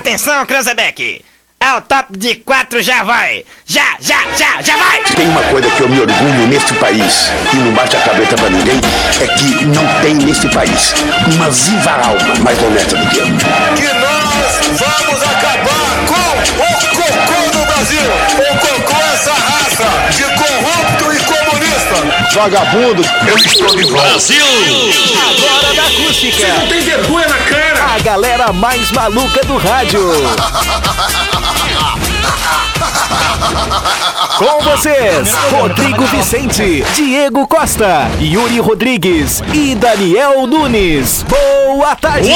Atenção, Cranzebeck! Ao top de quatro já vai! Já, já, já, já vai! Tem uma coisa que eu me orgulho neste país e não bate a cabeça pra ninguém, é que não tem neste país uma viva alma mais honesta do que eu. que nós vamos acabar com o cocô do Brasil. O cocô é essa raça de corrupto e comunista. Vagabundo, eu estou de volta. Tem vergonha na cara. A galera mais maluca do rádio. Com vocês, Rodrigo Vicente, Diego Costa, Yuri Rodrigues e Daniel Nunes. Boa tarde.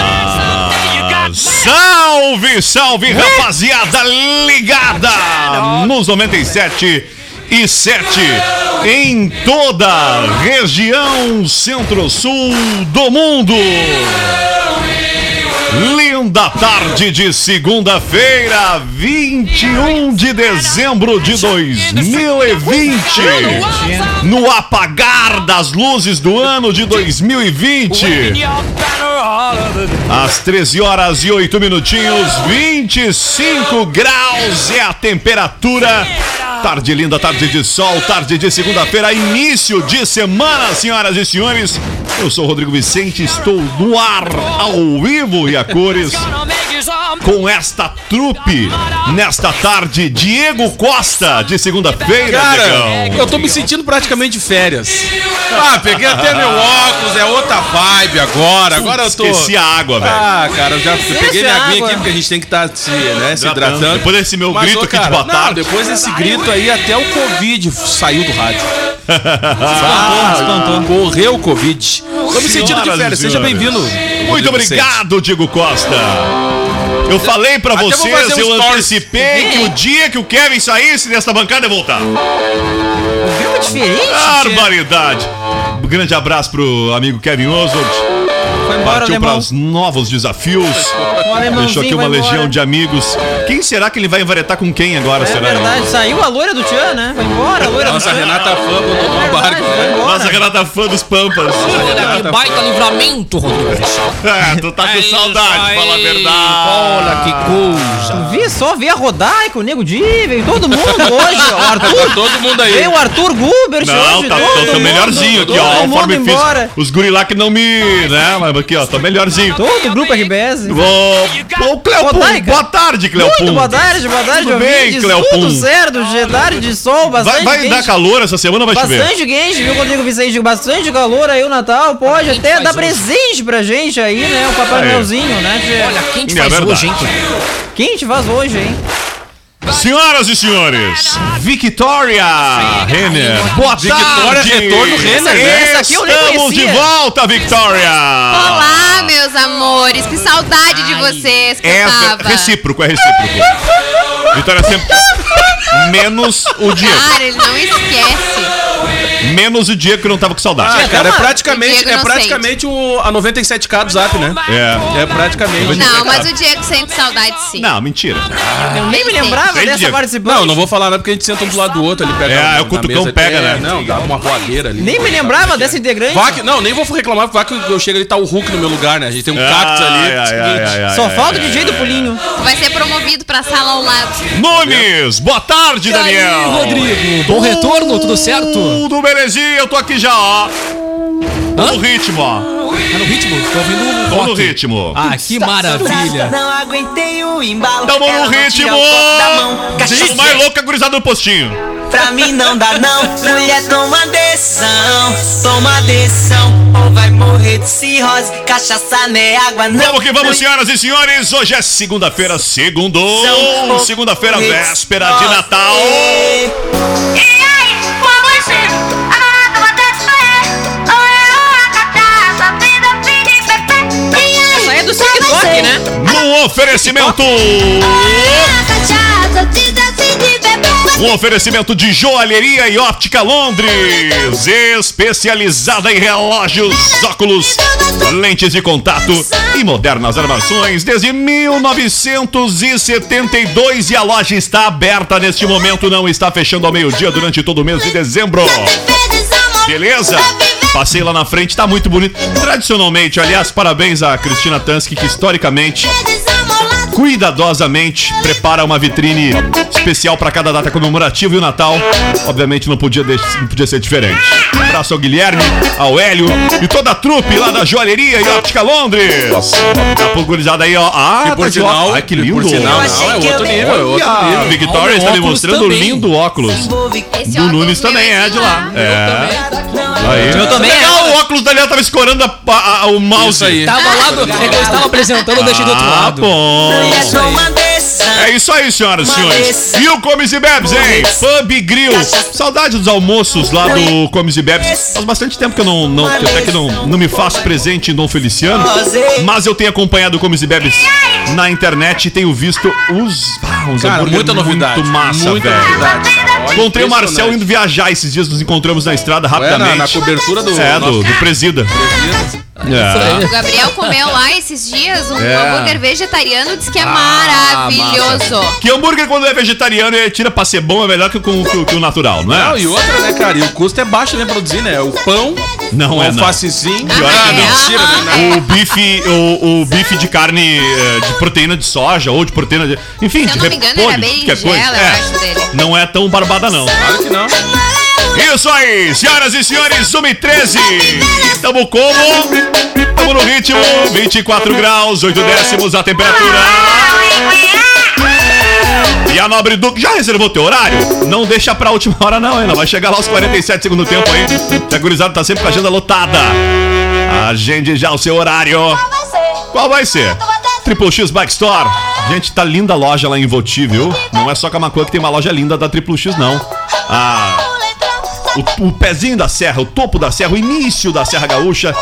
Opa! Salve, salve, rapaziada ligada nos 97 e 7 em toda a região centro-sul do mundo. Linda tarde de segunda-feira, 21 de dezembro de 2020. No apagar das luzes do ano de 2020. Às 13 horas e 8 minutinhos, 25 graus é a temperatura. Tarde linda, tarde de sol, tarde de segunda-feira, início de semana, senhoras e senhores. Eu sou Rodrigo Vicente, estou no ar, ao vivo e a cores, com esta trupe, nesta tarde, Diego Costa, de segunda-feira. Cara, é Diegão. eu tô me sentindo praticamente de férias. Ah, peguei até meu óculos, é outra vibe agora. Agora eu tô. Esqueci a água, velho. Ah, cara, eu já eu peguei minha aguinha água. aqui porque a gente tem que estar se, né, se hidratando. tá. Depois desse meu Mas, grito ô, aqui de boa não, tarde. depois desse grito aí, até o Covid saiu do rádio. espantou. Correu o Covid. Tô me sentindo de Ah, Senhoras e férias, seja senhores. bem-vindo. Muito Rodrigo Vicente. obrigado, Diego Costa. Eu falei pra Até vou vocês, fazer um eu stories. antecipei que o dia que o Kevin saísse desta bancada eu voltava. Viu é diferente? Barbaridade. Um grande abraço pro amigo Kevin Oswald. Foi embora, Partiu para alemão. os novos desafios. O alemãozinho um Deixou aqui vai uma embora. legião de amigos. Quem será que ele vai envaretar com quem agora, É será? hein? verdade, saiu a loira do Tchan, né? Foi embora a loira Nossa, a do Tchan. Renata Fã botou É um verdade, barco, foi né? embora. Nossa, a Renata é fã dos Pampas. Olha que baita livramento, Rodrigo. Ah, tu tá com É isso saudade, aí. fala a verdade. Tá Olha que coisa. Vi só, vi a Rodaica, o Nego Di, veio todo mundo hoje. O Arthur, Tá Todo mundo aí. veio o Arthur Gubert Não, hoje. tá, todo tô, tô mundo, melhorzinho aqui, ó. Todo Conforme mundo fiz. embora. Os guri lá que não me. né? Mas aqui, ó, tô melhorzinho. Todo o grupo RBS. Ô, ô Cleopum, Rodaica. boa tarde, Cleopum. Muito boa tarde, boa tarde, Tudo bem, ouvintes. Cleopum? Tudo certo, Jedi de sol, Vai, bastante vai dar gente. calor essa semana, ou vai chover. Bastante quente, viu, Rodrigo Vicente? Bastante calor aí o Natal. Pode até dar presente pra gente aí, né? O Papai um Aí. Noelzinho, né? tchê? Olha, quem te É faz verdade. hoje, hein, Cleber? Quente faz hoje, hein? Senhoras e senhores, Victoria Renner. Boa Tá, Victoria tarde. Retorno Renner, né? Essa aqui eu nem Estamos de conhecia. volta, Victoria. Olá, meus amores, que saudade de vocês que É eu tava. recíproco, é recíproco. Vitória sempre. Menos o Diego. Cara, ele não esquece. Menos o Diego que não tava com saudade. Ah, cara, é praticamente, Diego é não praticamente o, a 97K do Zap, né? É. É praticamente. Não, mas o Diego sente saudade sim. Não, mentira. Eu nem me Ele lembrava sente. dessa Entendi. participante. Não, eu não vou falar nada porque a gente senta um do lado do outro ali pega. É, na- é, o na cutucão mesa, pega, é, né? Não, dá uma voadeira ali. Nem me lembrava dessa integrante. Vaca, não, nem vou reclamar, porque vaca eu chego ali tá o Hulk no meu lugar, né? A gente tem um cactus ali. Ah, Ai, ai, ai, ai, ai, Só ai, falta ai, o DJ do pulinho. Vai ser promovido pra sala ao lado. Nunes, boa tarde, Daniel. Rodrigo, bom retorno, tudo certo? Tudo belezinha, eu tô aqui já, ó. Tô no ritmo, ó. Tá no ritmo? Tô ouvindo um Tô no rock. ritmo. Ah, que maravilha. Não aguentei o embalo. Tamo ela no não ritmo. tira o copo da mão. Diz Cachorro, mais louca gurizada do postinho. pra mim não dá não. Mulher, toma deção, toma deção. Ou vai morrer de cirrose. Cachaça não é água não. Vamos que vamos, senhoras e senhores. Hoje é segunda-feira, segundo. Segunda-feira, véspera de Natal. É. Essa é do Tá TikTok, né? No oferecimento. é? Um oferecimento de joalheria e óptica Londres, especializada em relógios, óculos, lentes de contato e modernas armações desde 1972 e a loja está aberta neste Tá momento, não está fechando ao meio-dia durante todo o mês de dezembro. Beleza? Passei lá na frente, tá muito bonito. Tradicionalmente, aliás, parabéns à Cristina Tansky, que historicamente, cuidadosamente, prepara uma vitrine especial pra cada data comemorativa e o Natal, obviamente, não podia, deix- não podia ser diferente. Um abraço ao Guilherme, ao Hélio e toda a trupe lá da joalheria e óptica Londres. Tá pulgurizada aí, ó. Ah, E por tá de sinal- óculos. Ai, que e lindo. por sinal, Olha, não, é outro nível, é outro a nível. Victoria está óculos tá demonstrando também. lindo óculos. Esse Do óculos Nunes meu também é de lá. É. Aí. Eu também Legal, é. o óculos da Léa tava escorando a- a- a- o mouse Isso aí. Tava lá do. É que eu estava apresentando, eu deixei do outro Ah, lado. bom. Mulher não mandeção. É isso aí, senhoras e senhores. E o Comes e Bebes, hein? Pub e Grill. Saudade dos almoços lá do Comes e Bebes. Faz bastante tempo que eu não, não que até que não, não me faço presente em Dom Feliciano. Mas eu tenho acompanhado o Comes e Bebes na internet e tenho visto os. Ah, os Cara, hambúrguer muita novidade. Muito massa, muita velho. novidade. Olha, Encontrei o Marcel impressionante. indo viajar esses dias, nos encontramos na estrada Ué, rapidamente. na, na cobertura do. É, do, nosso- do Presida. É. O Gabriel comeu lá esses dias um É. hambúrguer vegetariano, diz que é Ah, maravilhoso. Que hambúrguer quando é vegetariano e tira pra ser bom é melhor que o, com- que o- que o natural, não Não, é? e outra, né, cara? E o custo é baixo, né? Produzir, né? O pão, Não, o é não. alfacezinho. Ah, Ah, é, mentira, aham, né? é. O bife, o, o bife de carne eh, de proteína de soja ou de proteína de. Enfim, Se eu de não me engano, era repolho, bem qualquer coisa. gela, eu acho dele. É, não é tão barbada, não. Claro que não. Isso aí, senhoras e senhores, 1 e 13. Tamo como? Tamo no ritmo, 24 graus, 8 décimos a temperatura. E a Nobre Duque já reservou teu horário? Não deixa pra última hora não, hein? Não Vai chegar lá aos 47 segundo tempo aí. Tá gurizada, tá sempre com a agenda lotada. Agende já o seu horário. Qual vai ser? Triple X Bike Store. Gente, tá linda a loja lá em Voti, viu? Não é só Camacuã que tem uma loja linda da Triple X, não. Ah, o, o pezinho da serra, o topo da serra, o início da Serra Gaúcha,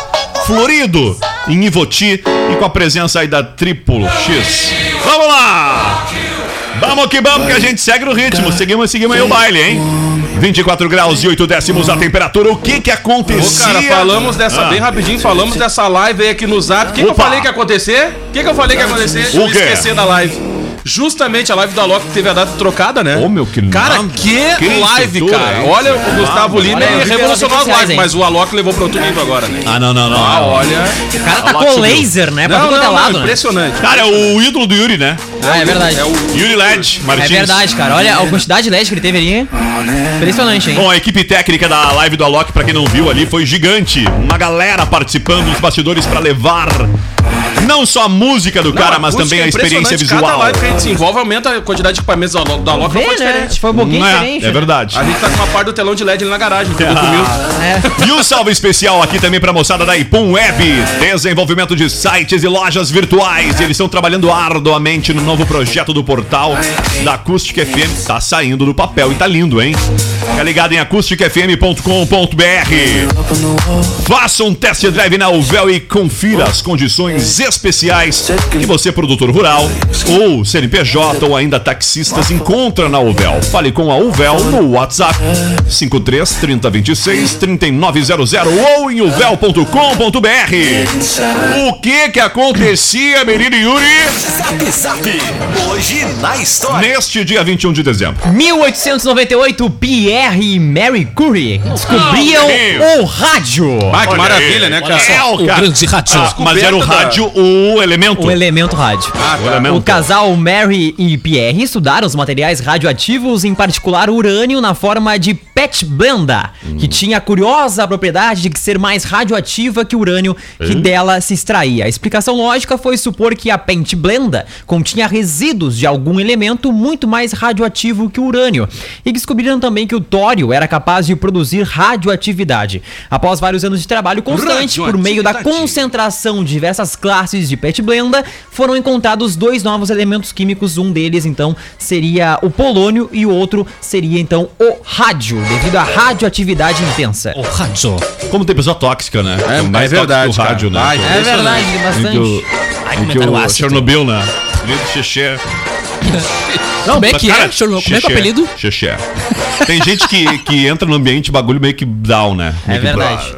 florido em Ivoti e com a presença aí da Triplo X. Vamos lá! Vamos que vamos, que a gente segue no ritmo. Seguimos, seguimos aí o baile, hein? 24 graus e 8 décimos a temperatura. O que que Ô, acontecia? cara, falamos dessa, Ah. bem rapidinho, falamos dessa live aí aqui no Zap. O que, que eu Opa. falei que ia acontecer? O que, que eu falei que ia acontecer? O Eu quê? esqueci da live. Justamente a live da Loki que teve a data trocada, né? Ô, meu, Ah, que Cara, nada. que, Que live, estrutura, cara. hein? Olha, o Gustavo Lima olha, revolucionou as reais, lives, hein? mas o Alok levou pra outro nível agora, né? Ah, não, não, não. Ah, olha. O cara tacou laser, né? Tá Pra Não, tudo quanto é não, não, lado, né? impressionante. Cara, é o ídolo do Yuri, né? Ah, é verdade. É o Yuri Led É Martins. verdade, cara. Olha a quantidade de LED que ele teve ali. Ah, né? Impressionante, hein? Bom, a equipe técnica da live do Alok, pra quem não viu ali, foi gigante. Uma galera participando dos bastidores pra levar não só a música do cara, Não, mas acústica também é a experiência impressionante. Cada um visual. live que a gente se envolve aumenta a quantidade de equipamentos da Alok. Da Alok não foi Vê, né? diferente. Foi um pouquinho É, diferente. é verdade. A gente tá com uma parte do telão de LED ali na garagem, entendeu? Ah. E um salve especial aqui também pra moçada da Ipum Web, desenvolvimento de sites e lojas virtuais. Eles estão trabalhando arduamente no novo projeto do portal da Acústica FM. Tá saindo do papel e tá lindo, hein? Fica ligado em acústicafm.com.br. Faça um test drive na Uvel e confira as condições especiais que você, produtor rural, ou CNPJ, ou ainda taxistas, encontra na Uvel. Fale com a Uvel no WhatsApp 53 3026 3900 ou em uvel.com.br. O que que acontecia, menino Yuri, Zap Zap, hoje na história. neste dia 21 de dezembro? 1898, Pierre e Mary Curie descobriam meu. o rádio. Ah, que Olha maravilha, aí, olha né, cara? aí. É, o o cara. grande rádio. Ah, mas era o rádio o elemento. O Um elemento rádio. O elemento. O casal Mary e Pierre estudaram os materiais radioativos, em particular urânio, na forma de pet blenda, que tinha a curiosa propriedade de ser mais radioativa que o urânio que dela se extraía. A explicação lógica foi supor que a pent blenda continha resíduos de algum elemento muito mais radioativo que o urânio, e descobriram também que o tório era capaz de produzir radioatividade. Após vários anos de trabalho constante, por meio da concentração de diversas classes de pet blenda, foram encontrados dois novos elementos químicos. Um deles, então, seria o polônio e o outro seria, então, o rádio, devido à radioatividade intensa. É O rádio. Como tem pessoa tóxica, né? É, Tem é verdade, tóxico que o rádio, né? cara. Vai, verdade, Em que o, em que comentaram o ácido. Chernobyl, né? Lido xixi. Não, Como é que cara, é? Chororô? Como é que é o xexé, apelido? Xexé. Tem gente que, que entra no ambiente bagulho meio que down, né? É Meio que verdade.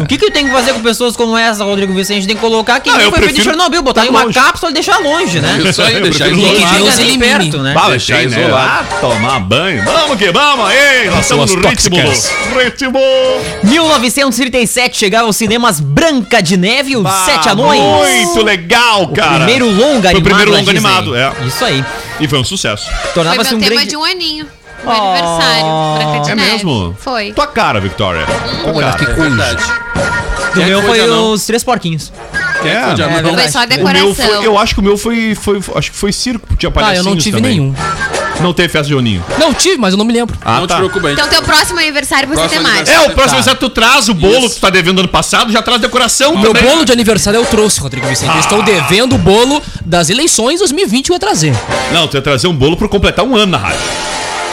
O que, que eu tenho que fazer com pessoas como essa, Rodrigo Vicente? Tem que colocar quem Ah, eu foi feito de prefiro- Chernobyl, botar tá em uma longe. cápsula e deixar longe, né? Isso aí, Eu deixar prefiro Ninguém isolado. chega Deus nem elimine. perto, né? Bah, Deixa deixei, né? isolado. Ah, tomar banho. Vamos que vamos, aí. Nós Pessoas estamos no ritmo. tóxicas. Ritmo. 1937 chegava aos cinemas Branca de Neve, os Sete Anões. Ah, Muito legal, cara. Primeiro longa Foi animado. o primeiro da longa Disney. animado, é. Isso aí. E foi um sucesso. Foi meu Tornava-se tema um grande. de um aninho. Meu Oh. aniversário. Branca de É Neve. mesmo? Foi. Tua cara, Victoria. Tua Olha cara. que tá. coisa. Do meu foi o. os Três Porquinhos. É, Já não- Foi só a O meu foi- decoração. eu acho que o meu foi, foi, foi- acho que foi circo, tinha Tá, eu palhacinhos não tive também. nenhum. Não teve festa de Oninho. Não tive, mas eu não me lembro. Ah, Não te tá. preocupa, a gente- Então, teu próximo aniversário você Próximo tem mais. aniversário. É, o próximo Tá. exato tu traz o bolo Isso. que tu tá devendo ano passado, já traz decoração Meu também. Ah. bolo de aniversário eu trouxe, Rodrigo Vicente. Eu estou devendo o bolo das eleições 2020 que eu ia um trazer. Não, tu ia trazer um bolo pra completar um ano na rádio.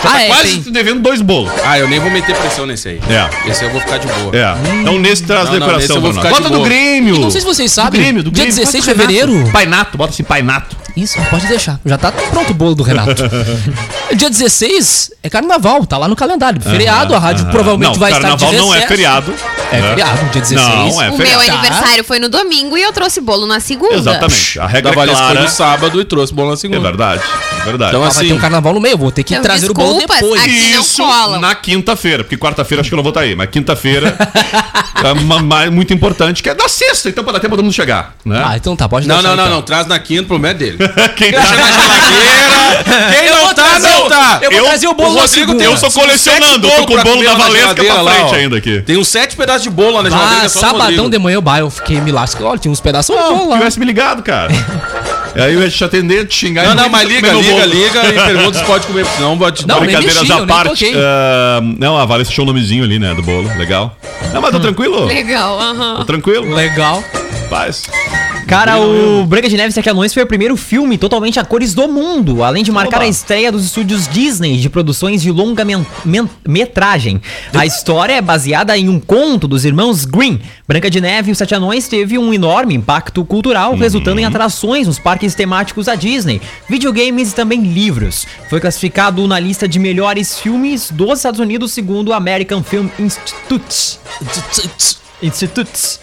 ah, tá é, quase tem. te devendo dois bolos. Ah, eu nem vou meter pressão nesse aí. É. Esse aí eu vou ficar de boa. É. Então nesse traz Não, não, nesse decoração eu vou pra ficar nós. de Bota do boa. Grêmio. Não sei se vocês sabem. Do Grêmio, do dia Grêmio. 16 de Faz com o Renato. fevereiro. Painato, bota assim, painato. Isso, pode deixar. Já tá pronto o bolo do Renato. Dia 16 é carnaval, tá lá no calendário. Feriado, a rádio Aham. É, provavelmente Não, vai estar carnaval não é recesso. feriado. né? É feriado, dia 16. Não, é O meu feriado. aniversário foi no domingo e eu trouxe bolo na segunda. Exatamente. A regra Da é Valência foi clara. no sábado e trouxe bolo na É segunda. verdade. É verdade. Então, Ah, vai assim, ter um carnaval no meio, eu vou ter que Então, trazer o bolo desculpas, depois. aqui- que não Isso colam. na quinta-feira, porque quarta-feira acho que eu não vou estar aí, mas quinta-feira é uma- ma- muito importante, que é da sexta, então pra dar tempo pra todo mundo chegar, né? Ah, então tá, pode Não, deixar. não, não, então. não. Traz na quinta, o problema é dele. Quem tá Chega na geladeira. Quem não tá, não tá. Eu vou Eu- trazer o bolo Ah, o na Rodrigo segunda. tem Eu sou colecionando, tô com o bolo da Valesca pra frente ainda aqui. Tem uns sete pedaços de bolo lá na geladeira. um Ah, só do sabadão Rodrigo. de manhã, bah, eu fiquei me lascando. Olha, tinha uns pedaços de bolo Não, lá. tivesse me ligado, cara. aí eu ia te atender, te xingar. Não, e não, mas comer liga, no liga, bolo. liga e pergunta se pode comer, porque senão vou te dar Não, um nem Brincadeiras mexi, eu à nem parte. toquei. ah, não, a Valesca deixou o nomezinho ali, né, do bolo. Legal. Não, Hum. mas tô tranquilo. Legal, aham. Tô tranquilo. Legal. Paz. Cara, o Branca de Neve e Sete Anões foi o primeiro filme totalmente a cores do mundo, além de marcar Oba. a estreia dos estúdios Disney de produções de longa men- men- metragem. A história é baseada em um conto dos irmãos Green. Branca de Neve e os Sete Anões teve um enorme impacto cultural, resultando em atrações nos parques temáticos da Disney, videogames e também livros. Foi classificado na lista de melhores filmes dos Estados Unidos segundo o American Film Institute. Institutes.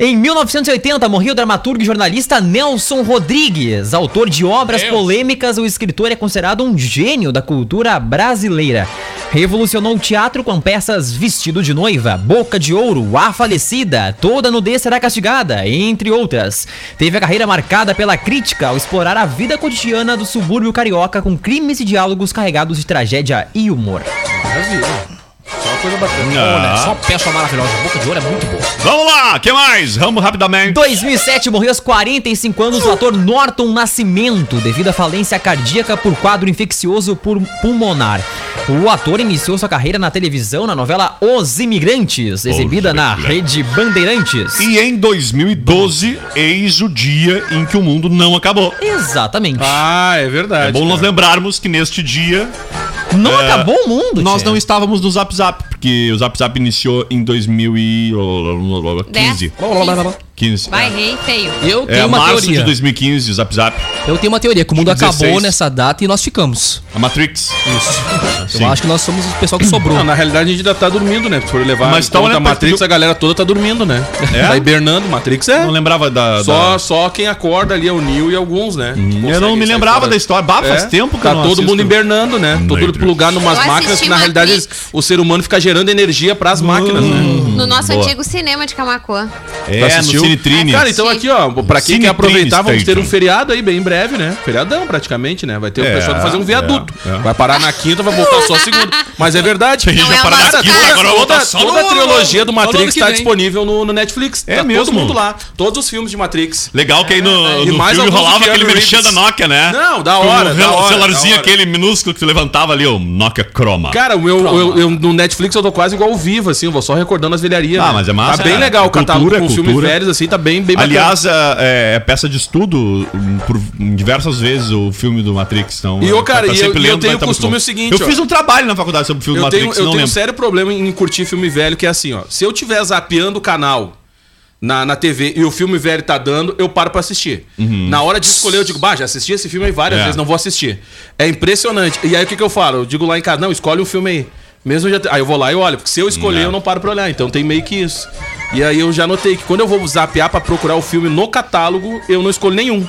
Em 1980, morreu o dramaturgo e jornalista Nelson Rodrigues. Autor de obras polêmicas, o escritor é considerado um gênio da cultura brasileira. Revolucionou o teatro com peças Vestido de Noiva, Boca de Ouro, A Falecida, Toda Nudez Será Castigada, entre outras. Teve a carreira marcada pela crítica ao explorar a vida cotidiana do subúrbio carioca com crimes e diálogos carregados de tragédia e humor. Olha, Ah. Tá só peça maravilhosa. Boca de ouro é muito boa. Vamos lá, que mais? Vamos rapidamente. 2007 morreu aos 45 anos o ator Norton Nascimento devido à falência cardíaca por quadro infeccioso por pulmonar. O ator iniciou sua carreira na televisão na novela Os Imigrantes, exibida na rede Bandeirantes. E em 2012, eis o dia em que o mundo não acabou. Exatamente. Ah, é verdade. É bom nós cara. lembrarmos que neste dia não é, Tá acabou o mundo, nós tchê. não estávamos no Zap Zap, porque o Zap Zap iniciou em 2015. Dez. 15. Vai, é. rei, feio. Eu tenho É, uma março teoria. de 2015, o Zap Zap. Eu tenho uma teoria que o mundo acabou 16. nessa data e nós ficamos. A Matrix. Eu Sim. acho que nós somos o pessoal que sobrou. Não, na realidade a gente ainda tá dormindo, né? Se for levar Mas em tá conta olhando a Matrix, pra- a galera toda tá dormindo, né? É? Tá hibernando, Matrix é. Não lembrava da. Só, da- só quem acorda ali é o Neil e alguns, né? Uhum. Eu não me lembrava da história. Bah, faz tempo que Tá eu não todo assisto. mundo hibernando, né? Todo Matrix. mundo plugado numas Eu máquinas assisti que na realidade Matrix. eles- o ser humano fica gerando energia pras máquinas, Uhum. né? No nosso Hum, boa. antigo cinema de Camacuã. É, Assistiu? no Cine Trine. Cara, então aqui, ó, pra quem Cine quer aproveitar, Trine vamos ter um Station. feriado aí bem em breve, né? Feriadão praticamente, né? Vai ter o É, pessoal que fazer um viaduto. é, é. Vai parar na quinta, vai voltar só a segunda. Mas é verdade. Tem gente Não é já o parar nosso daqui, caso. agora eu vou Toda, botar só toda a no- trilogia do Matrix que tá vem. disponível no, no Netflix. É tá mesmo? todo mundo lá. Todos os filmes de Matrix. Legal que aí no, É, no e mais filme alguns do rolava Keanu aquele merchan Reeves. da Nokia, né? Não, da Com hora, O da rel- hora, celularzinho da hora. aquele minúsculo que tu levantava ali, o Nokia Chroma. Cara, o meu, eu, eu- no Netflix eu tô quase igual ao vivo, assim, eu vou só recordando as velharias. Ah, né? mas é massa, Tá bem cara. legal o Cultura, é catálogo com cultura. filmes velhos, assim, tá bem, bem Aliás, a- é, é peça de estudo um, por em diversas vezes o filme do Matrix. Então, E, é, ô, cara, tá e sempre eu- e eu lendo, tenho mas muito o costume é bom. o seguinte, Eu ó. fiz um trabalho na faculdade sobre o filme Eu do Matrix, tenho, eu não tenho um lembro. sério problema em curtir filme velho, que é assim, ó. Se eu tiver zapeando o canal na, na TV e o filme velho tá dando, eu paro pra assistir. Na hora de escolher, eu digo, bah, já assisti esse filme aí várias Uhum. É. vezes, não vou assistir. É impressionante. E aí o que, que eu falo? Eu digo lá em casa, não, escolhe o filme aí. Mesmo já. Aí eu vou lá e olho, porque se eu É. escolher, eu não paro pra olhar. Então tem meio que isso. E aí eu já notei que quando eu vou zapear pra procurar o filme no catálogo, eu não escolho nenhum.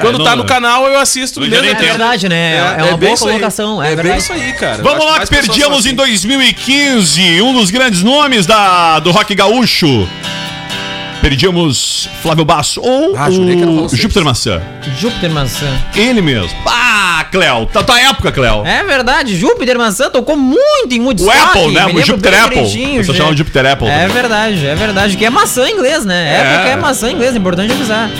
Quando não- tá no canal, eu assisto. Não mesmo tem tempo. tempo. verdade, né? É uma bem boa isso aí. colocação, é É, bem verdade. isso aí, cara. Vamos Eu acho lá, que que mais pessoas perdíamos são em assim. 2015 um dos grandes nomes da, do rock gaúcho. Perdíamos Flávio Basso ou Ah, jurei que era o vocês. Júpiter Maçã. Júpiter Maçã. Ele mesmo. Ah, Cléo. Tá tua época, Cléo. É verdade, Júpiter Maçã tocou muito em muito O destaque, Apple, né? me O lembro Júpiter bem Apple. direitinho, Eu só gente. chamava de Júpiter Apple É também. verdade, é verdade. Que é maçã em inglês, né? É. Época é maçã em inglês, é importante avisar.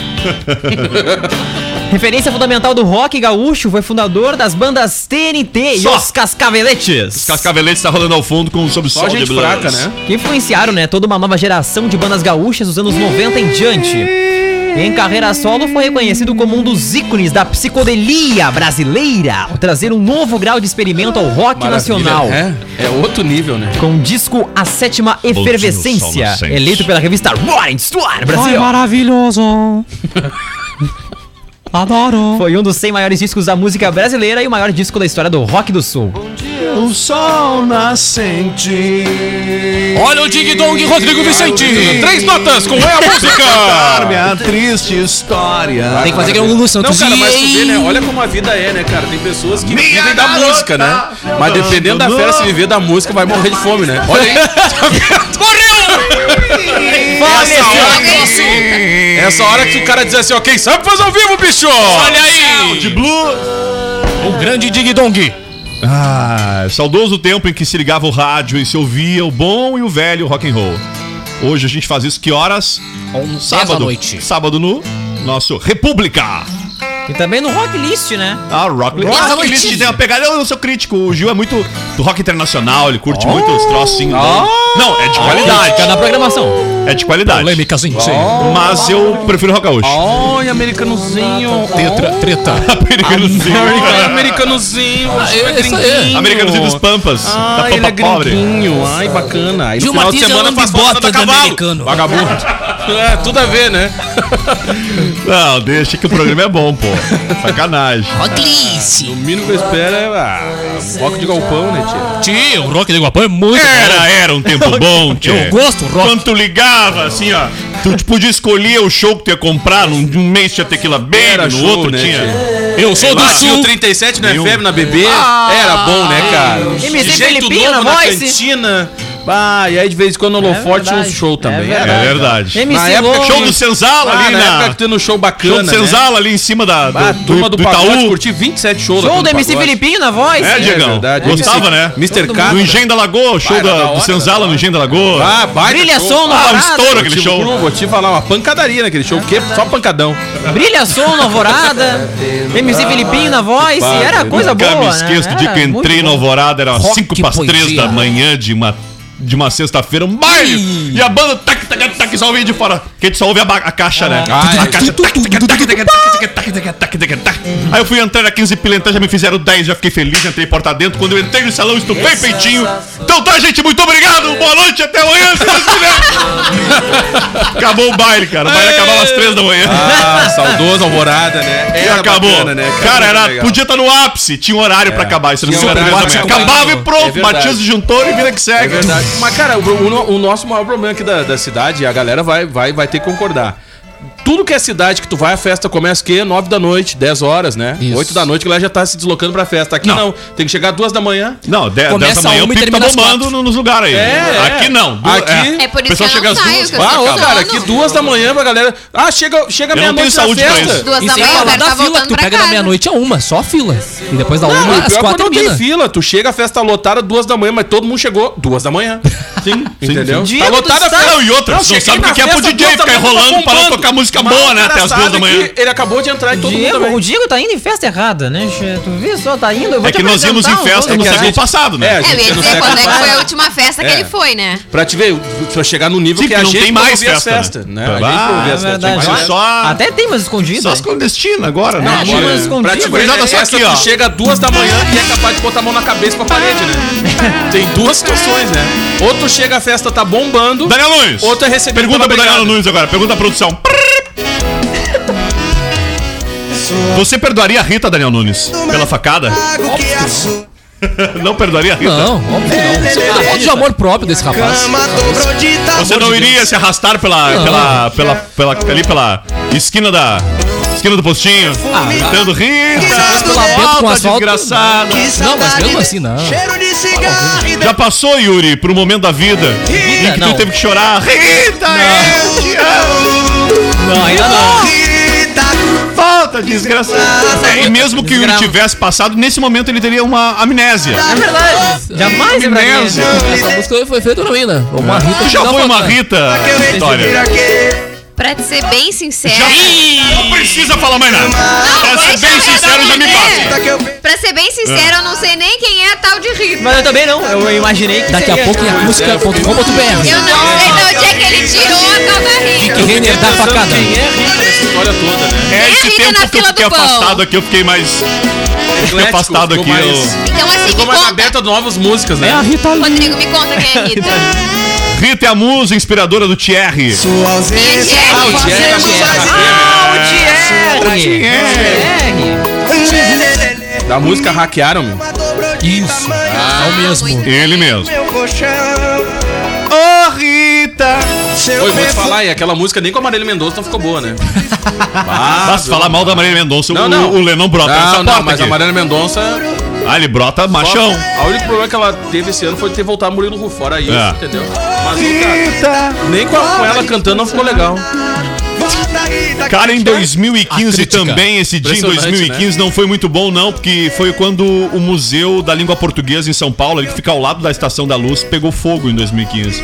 Referência fundamental do rock gaúcho, foi fundador das bandas TNT e Só. os Cascaveletes. Os cascaveletes tá rolando ao fundo com o sob Só gente fraca, né? que influenciaram né, toda uma nova geração de bandas gaúchas dos anos 90 em diante. Em carreira solo, foi reconhecido como um dos ícones da psicodelia brasileira, ao trazer um novo grau de experimento ao rock Maravilha. nacional. É, é outro nível, né? Com o disco A Sétima Bom dia, Efervescência, Sol Nascente. eleito pela revista Rolling Stone Brasil. maravilhoso. Adoro. Foi um dos 100 maiores discos da música brasileira e o maior disco da história do rock do sul. Um sol nascente. Olha o Dig Dong Rodrigo Vicente. Três notas com é a música. Minha É triste história. Tem que fazer que é o Lulu Santos. Não, cara, mas tu vê, né? Yay! Olha como a vida é, né, cara? Tem pessoas que Minha vivem da garota. música, né? Mas dependendo da fera, se viver da música, vai morrer de fome, né? Olha aí. Essa hora, É, é. essa hora que o cara diz assim, ó, quem sabe faz ao vivo, bicho! Olha aí! De Blue. O grande Dig Dong. Ah, saudoso tempo em que se ligava o rádio e se ouvia o bom e o velho rock and roll. Hoje a gente faz isso que horas? Um Sábado. sábado à noite. Sábado no nosso República. E também no rock list, né? Ah, Rock Rock, Rock List List. tem uma pegada. Eu não sou crítico. O Gil é muito do rock internacional, ele curte muito os troços. assim, Não, é de Fica qualidade. na programação. É de qualidade. Polêmicas em cheio. Mas eu prefiro rock Ah, gaúcho. Olha, americanozinho! Tetra, treta. Americanozinho. Ai, Americanozinho! Ah, é isso aí. Americanozinho dos Pampas. da Ai, ele Pampa é Pobre. gringuinho. Ai, bacana. Aí Gil Martins é um foto bigota da do americano. Vagabundo. É, tudo a ver, né? Não, deixa que o programa é bom, pô. Sacanagem. O mínimo que eu espero é ah, um bloco de galpão, né, tia? Tio, o rock de Guapão é muito Era, era um tempo bom, tio. Eu gosto, rock. Quando tu ligava, assim, ó. Tu te podia escolher o show que tu ia comprar. Num, num mês tinha tequila Era baby, no show, outro né, tinha. Eu É sou do Ah, tinha o sul. 37 no Nenhum. FM, na BB. Ah. Era bom, né, cara? MC De jeito Felipinho novo na na Voice. cantina. Ah, e aí de vez em quando no Lofote tinha uns verdade. show também. É É verdade. MC Na época Lou- Show do Senzala Ah, ali na época na... que tendo um show Show bacana, do né? Senzala ali em cima da, do, Ah, turma do, do Pagode, Itaú. curti 27 shows Show do da turma MC Pagode. Filipinho na voz. É, hein? Diegão? verdade. Gostava, MC né? Mr. K. Do Engenho da Lagoa, o show Vai, era da- da do hora, Senzala da no hora. Engenho da Lagoa. Ah, baita Brilha show. som no Ah, um Alvorada. estouro aquele Tipo, show. não, vou te falar, uma pancadaria naquele show. O quê? Só pancadão. Brilha som na alvorada. MC Filipinho na voz. Pá, Era eu coisa Nunca boa. me né? esqueço do dia Era que eu muito entrei bom. no Alvorada, era Rock 5 para três poesia. da manhã de uma, de uma sexta-feira, um baile! E a banda tac, tac, tac, só ouve de fora. Porque tu só ouve a, ba- a caixa, né? Ah, a caixa. tac, tac, tac, tac, tac, tac, tac, tac, tac, tac. tá? Aí eu fui entrar, era 15 pilantras, já me fizeram 10, já fiquei feliz, entrei porta dentro. Quando eu entrei no salão, estupei peitinho. Então tá, gente, muito obrigado, boa noite, até amanhã, se Deus quiser. Acabou o baile, cara. O baile acabava às três da manhã. Ah, saudoso Alvorada, né? E Era acabou. bacana, né? Cara, era, legal. É. podia estar no ápice. Tinha um horário pra acabar. Isso não Tinha era horário horário pra da manhã. acabar. Acabava e pronto. É Matias Matias verdade. juntor e vida que É segue. verdade. Mas, cara, o, o- o nosso maior problema aqui da, da cidade, e a galera vai, vai, vai ter que concordar. Tudo que é cidade que tu vai, a festa começa que 9 da noite, 10 horas, né? Isso. 8 da noite, que lá já tá se deslocando pra festa. Aqui não, tem que chegar 2 da manhã. não, de- Começa 10 da manhã a o uma e pico tá termina às bombando quatro. no- nos lugares aí. É, é. Aqui não. Du- Aqui- É por O isso que pessoal eu chega não às saio, duas, que eu quatro, Ah, ô, sou acaba. cara, cara, aqui 2 da manhã pra galera. Ah, chega, chega não tenho meia-noite na saúde pra festa. isso. Duas E da sem manhã, eu falar quero é da tá fila, que voltando tu pra pega da casa. meia-noite a uma, só a fila. E depois da Não, uma, e às pior quando quatro não tem termina. fila. Tu chega, a festa tá lotada duas da manhã, mas todo mundo chegou duas da manhã. Sim, entendeu? sim. Tá Diego do lotada a céu. festa. Não, e outra, Não, tu não cheguei sabe o na que é pro festa, DJ duas da ficar manhã, tá enrolando pra não bombando. tocar tocar música Mas boa, né? Até as engraçado duas da é manhã. que Ele acabou de entrar em todo mundo Diego, também. o Diego tá indo em festa errada, né? che? Tu viu só, tá indo. Eu vou É te que nós íamos em apresentar os festa outros. no a século gente- passado, É, né? a É, eu gente ia não dizer tá quando é que capaz- foi a última festa É. que ele foi, né? Pra te ver, pra chegar no nível Sim, que a porque não gente tem mais promovia festa, as festas, né? né? A gente Ah, promovia É as festas. verdade. Mas olha, só- Até tem, mas escondido. Só as clandestinas agora, né? Não, É, Agora- mas escondido. Pra te ver, Gurizada, é só essa aqui, ó. que chega duas da manhã e é capaz de botar a mão na cabeça pra parede, né? Tem duas situações, né? Ou tu chega, a festa tá bombando. Daniel Nunes. Outra é recebido Pergunta pela pro Daniel brigada. Nunes agora. Pergunta à produção. Você perdoaria a Rita, Daniel Nunes, pela facada? Não perdoaria a Rita? Não, óbvio que não. Isso é uma falta de amor próprio desse rapaz. tá Você não iria se arrastar pela, Não. pela, pela, pela, ali pela esquina da esquina do postinho, gritando Rita, pela Bento com volta asfalto, desgraçada. Não, mas mesmo assim, não. Já passou, Yuri, pro momento da vida em que não. tu teve que chorar. Rita, eu te amo. Não, ainda não. Volta, desgraçada. É, e mesmo que o Yuri Desgrama. tivesse passado, nesse momento ele teria uma amnésia. É verdade. Jamais é pra Amnésia. mim. Essa música foi feita na mina. Uma Rita. Tu já dá foi uma facada. Rita, Vitória? Pra te ser bem sincera. É. Já... é. Não precisa falar mais nada. Pra ser deixa bem eu sincero, já me responder. basta. Pra ser bem sincera, eu não sei nem quem é a tal de Rita. Mas eu também não. Eu imaginei que Daqui a seria. pouco é em Eu acústica.com.br. não sei de onde é que ele tirou a tal da Que Rita. Renner tá tá dá é facada. é, Olha toda, né? É Tem a esse Rita tempo na que eu fila fiquei do pão. afastado aqui, eu fiquei mais. Fiquei Eclético, afastado ficou aqui. É mais- eu- Então assim, me Ficou mais conta. aberta a novas músicas, né? Rodrigo, me conta quem é a Rita. Rita é a musa inspiradora do Thierry. Quem é a Rita? Diego, um Da música hackearam, meu. Isso. É o mesmo. Ele mesmo. Ô, Rita! Oi, vou te falar aí, aquela música nem com a Marília Mendonça não ficou boa, né? Ah, se falar mal da Marília Mendonça, Não, o, não. o Lennon brota nessa Não, porta não, mas aqui. a Marília Mendonça Ah, ele brota machão. A única problema que ela teve esse ano foi ter voltado Murilo Rufo, fora isso, É. entendeu? Mas nunca, nem com, a- com ela cantando não ficou legal. Cara, em 2015 também, esse dia em Impressionante, 2015 não foi muito bom não, porque foi quando o Museu da Língua Portuguesa em São Paulo, ali que fica ao lado da Estação da Luz, pegou fogo em 2015.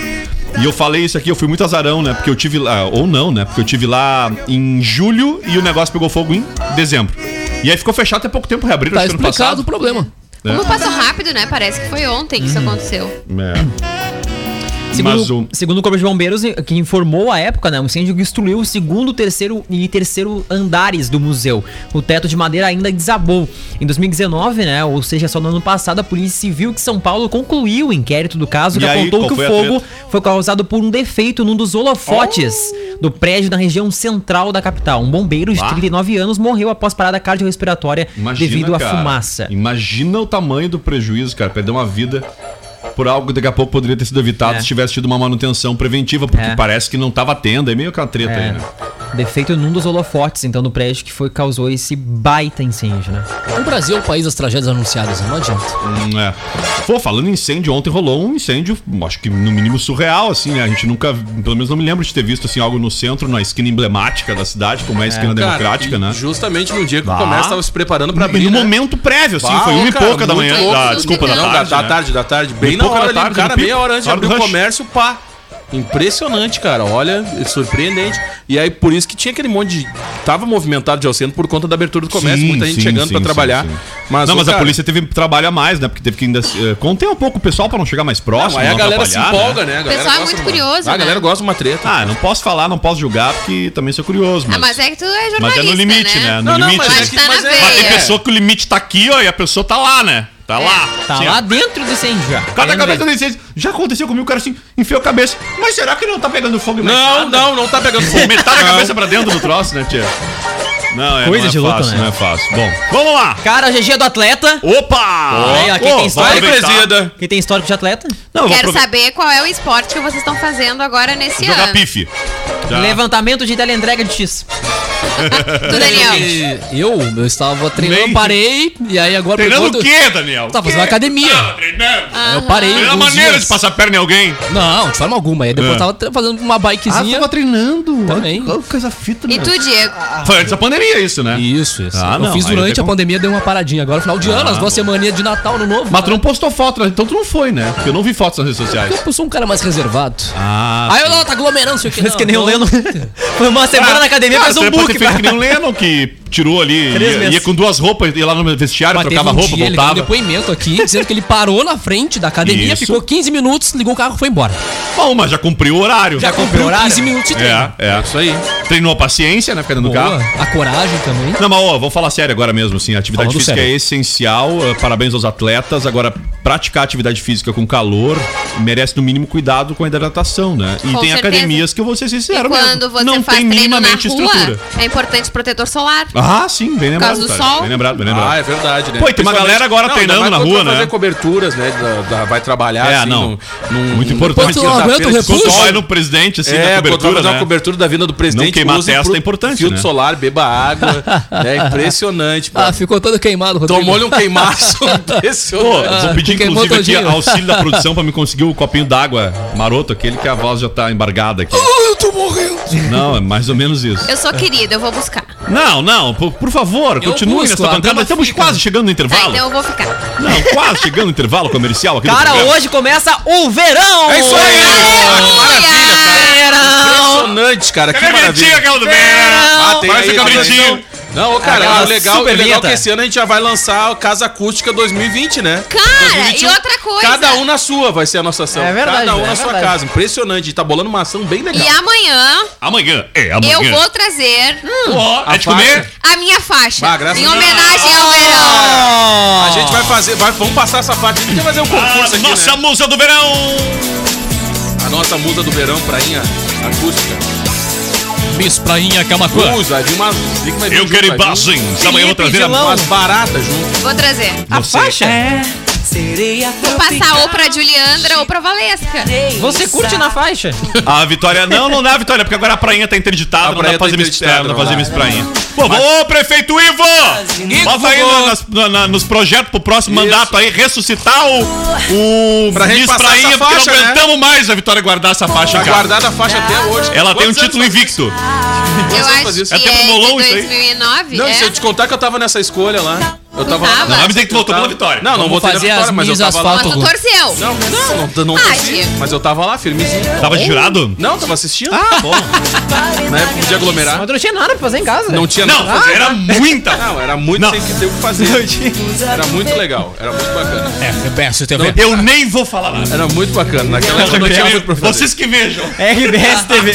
E eu falei isso aqui, eu fui muito azarão, né? Porque eu tive lá, ou não, né? Porque eu tive lá em julho e o negócio pegou fogo em dezembro. E aí ficou fechado até pouco tempo, reabriram Tá acho que ano explicado passado. o problema. Como passou rápido, né? Parece que foi ontem que isso Uhum. aconteceu. É. Mas o- Segundo, segundo o Corpo de Bombeiros, eh, que informou à época, né, um incêndio que destruiu o segundo, terceiro e terceiro andares do museu. O teto de madeira ainda desabou. Em 2019, né, ou seja, só no ano passado, a Polícia Civil de São Paulo concluiu o inquérito do caso E que aí, apontou qual que o foi a fogo foi causado por um defeito num dos holofotes do prédio na região central da capital. Um bombeiro de Oh! Bah. 39 anos morreu após parada cardiorrespiratória Imagina, devido cara. à fumaça. Imagina o tamanho do prejuízo, cara. Perder uma vida por algo que daqui a pouco poderia ter sido evitado É. se tivesse tido uma manutenção preventiva, porque É. parece que não tava tendo. É meio que uma treta aí, É. né? Defeito num dos holofotes, então, do prédio que foi causou esse baita incêndio, né? O Brasil é o país das tragédias anunciadas, né? não adianta. Hum, é. Pô, falando em incêndio, ontem rolou um incêndio, acho que no mínimo surreal, assim, né? A gente nunca, pelo menos não me lembro de ter visto assim algo no centro, na esquina emblemática da cidade, como é a esquina Cara, democrática, e né? Justamente no dia que Bah. o comércio tava se preparando pra E abrir. no né? momento prévio, assim, Bah, foi ô, uma e cara, pouca da muito manhã. louco. assim, da- desculpa, da Não, tarde. da, né? Tá, tarde, da tarde. Bem e na pouca hora, da ali, tarde, cara, no meia pico, hora antes de hora do abrir o rush. comércio, pá. Impressionante, cara. Olha, é surpreendente. E aí, por isso que tinha aquele monte de. Tava movimentado de alcento por conta da abertura do comércio, Sim, muita gente sim, chegando sim, pra sim, trabalhar. sim. Mas, não, ô, mas a cara, polícia teve trabalho a mais, né? Porque teve que ainda. eh, conter um pouco o pessoal pra não chegar mais próximo. Não, aí a não galera se atrapalhar, empolga, né? né? A pessoal galera é gosta muito de uma- curioso, Ah, A né? galera gosta de uma treta. Ah, não posso falar, não posso julgar, porque também sou curioso. Mas, Ah, mas é que tu é jornalista, mas é no limite, né? No Não, não, limite. mas né? Mas que- tá na mas é- Mas tem veia. pessoa que o limite tá aqui, ó, e a pessoa tá lá, né? Tá lá. Tá Sim, lá ó. dentro do incêndio já. Cada Ainda. cabeça do incêndio. Já aconteceu comigo, o cara assim, enfiou a cabeça. Mas será que não tá pegando fogo? em mais Não, nada? não, não tá pegando fogo. Metade da cabeça pra dentro do troço, né, tia? Não, é, Coisa não é de louco, fácil, né? não é fácil. Bom, vamos lá. Cara, GG do atleta. Opa! Aí, ó, quem Ô, tem história? vamos aproveitar. presida. Quem tem histórico de atleta? Não, eu vou Quero aproveitar. saber qual é o esporte que vocês estão fazendo agora nesse Jogar ano. pife. Já. Levantamento de teleentrega de X. Do Daniel. E eu, eu estava treinando, Meio. parei, e aí agora Treinando o eu quê, Daniel? Tava fazendo academia. Ah, treinando. Eu parei. Treinando a alguns maneira dias. de passar É. perna em alguém. Não, de forma alguma. Aí depois eu tava tra- fazendo uma Ah, bikezinha. Tá treinando. Também. Olha que Coisa fita, E meu. tu, Diego? Ah. Foi antes da pandemia isso, né? Isso, isso. Ah, eu não, fiz aí durante tem a como. Ah, pandemia, deu uma paradinha. Agora, final de ano, as duas semaninhas de Natal, no novo. Mas tu não postou foto, né? então tu não foi, né? Porque eu não vi fotos nas redes sociais. Eu sou um cara mais reservado. Ah, aí eu não, tá aglomerando, não sei o que. Parece não, que nem o não. Leno. tá Foi uma semana Ah, na academia, Cara, faz um você pode book. ter feito é que nem o Lennon que tirou ali, Três ia, meses. ia com duas roupas, ia lá no vestiário, Mas teve trocava um roupa, dia, ele deu um voltava. depoimento aqui, dizendo que ele parou na frente da academia, Isso. ficou 15 minutos, ligou o carro e foi embora. Bom, mas já cumpriu o horário. Já comprou o horário? 15 minutos de treino. É, é. Isso aí. Treinou a paciência, né? Ficando no Boa, carro. a coragem também. Não, mas ó, vou falar sério agora mesmo, assim, a atividade Falando física é sério. essencial, eh, parabéns aos atletas, agora praticar atividade física com calor merece no mínimo cuidado com a hidratação, né? E Com tem certeza. academias que eu vou ser sincero E quando mesmo, você não faz tem treino na rua, minimamente estrutura. é importante protetor solar. Ah, sim, bem lembrado. causa do Tati, sol. Bem lembrado, bem lembrado. Ah, é verdade, né? Pô, e tem uma Principalmente- galera agora ainda treinando mais na quando rua, vai né? fazer coberturas, né? da- da- vai trabalhar, assim, É, não. num- Muito num- importante. Pô, tu não aguenta o Quando repulso? tu olha no presidente, assim, é, na cobertura, né? né? uma cobertura da vinda do presidente. Não queimar a use testa pro- é importante, Filtro né? solar, beba água. é impressionante. pô. Ah, ficou todo queimado, Rodrigo. Tomou-lhe um queimaço Pô, impressionante. Ah, vou pedir, Fiquei inclusive, aqui montadinho. auxílio da produção pra me conseguir o copinho d'água maroto, aquele que a voz já tá embargada aqui. Ah, eu tô morrendo. Não, é mais ou menos isso. Eu sou querida, eu vou buscar. Não, não, por, por favor, continue busco, nessa a bancada. dama Estamos fica. É, quase chegando no Tá, intervalo. então eu vou ficar. Não, quase chegando no intervalo comercial aqui do Cara, programa. hoje começa o verão! É isso aí! Verão! Impressionante, cara. Que Cabritinha, maravilha. aquela é do Vera. Ah, tem Parece aí, o cabritinho. Não, ô, cara, Aquela o legal, o super legal é vinheta. que esse ano a gente já vai lançar a Casa Acústica 2020, né? Cara, e outra coisa. Cada um na sua vai ser a nossa ação. É verdade, Cada um é na sua verdade. casa. Impressionante. Tá bolando uma ação bem legal. E amanhã Amanhã, é amanhã. eu vou trazer hum, Ó, é de faixa. comer? a minha faixa. Ah, graças em a Deus. homenagem ao verão. A gente vai fazer, vai, vamos passar essa parte. A gente vai fazer um A concurso aqui, Ah, nossa né? musa do verão. A nossa musa do verão, prainha acústica. Bis Prainha Camacuã. Musa, vai vir umas... vi que vai vir Eu junto, quero vai vir imagens. Amanhã eu vou trazer a Umas baratas junto. Vou trazer. A faixa? Sereia Vou passar ou pra Juliandra ou pra Valesca. Você curte na faixa? A Vitória. Não, não dá a Vitória, porque agora a prainha tá interditada, A não dá pra prainha tá fazer miss, é, interditada, não dá pra não fazer dá. miss prainha. Pô, ô, prefeito Ivo! Bota aí na- nas- na- na- nos projetos pro próximo Isso. mandato aí, ressuscitar o, o Pra gente miss passar prainha, essa porque não faixa, né? aguentamos mais a Vitória guardar essa faixa, Tá cara. guardada a faixa até hoje. Ela tem um Quantos anos título faz isso? invicto. Eu acho fazer que isso. é É tempo de molão isso aí? 2009. Não, é. e se eu te contar que eu tava nessa escolha lá. Eu tava lá. tava? Não vai me dizer que tu voltou Eu pela tava- vitória. Não, não Vamos vou ter fazer as vitória, mas eu minhas tava lá. Mas tu Fogo. torceu. Não, não, não, não Ah, torci, Diego. mas eu tava lá, firmezinho. Tava de jurado? Não, tava assistindo. Ah, bom. Na época de aglomerar. Mas eu não tinha nada pra fazer em casa. Não tinha Não, nada pra fazer. era muita. Não, era muito Não. sem que ter o que fazer. Era muito legal, era muito É, bacana. RBS TV. Eu nem vou falar nada. Era muito bacana. Naquela época não tinha muito pra fazer. Vocês que vejam. RBS TV.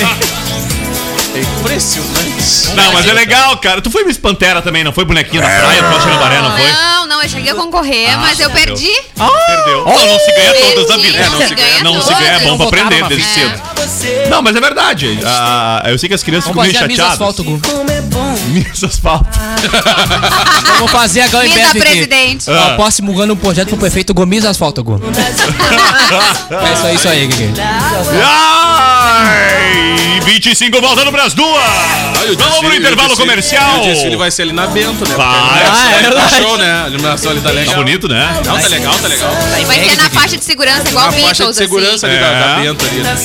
É impressionante. Não, mas é legal, cara. Tu foi Miss Pantera também, não foi bonequinha da praia, Tocha na Baré, não foi? Não, não, eu cheguei a concorrer, Ah, mas eu perdi. Perdeu. Não, não se ganha todas da vida. É, não se ganha Não se todas. ganha, é bom pra Votaram aprender uma desde vez. cedo. Não, mas é verdade. Ah, eu sei que as crianças Vamos ficam meio fazer a Miss chateadas. Asfalto Gu. Miss asfalto. Vamos fazer a Gal Minda Invest presidente. Ah. Ó, próximo ano um projeto pro prefeito Gomes Asfáltago. É isso aí, isso aí, Guigui. Ai, 25 voltando pras duas. Ah, Vamos pro intervalo comercial. O desfile vai ser ali na Bento, né? Vai. Porque a Ah, é iluminação ali tá verdade. show, né? A iluminação ali tá Tá legal. bonito, né? Não, tá legal, tá legal. Vai ser na faixa de segurança, igual A Beatles. assim. faixa assim. de segurança ali da, É. da Bento ali. né?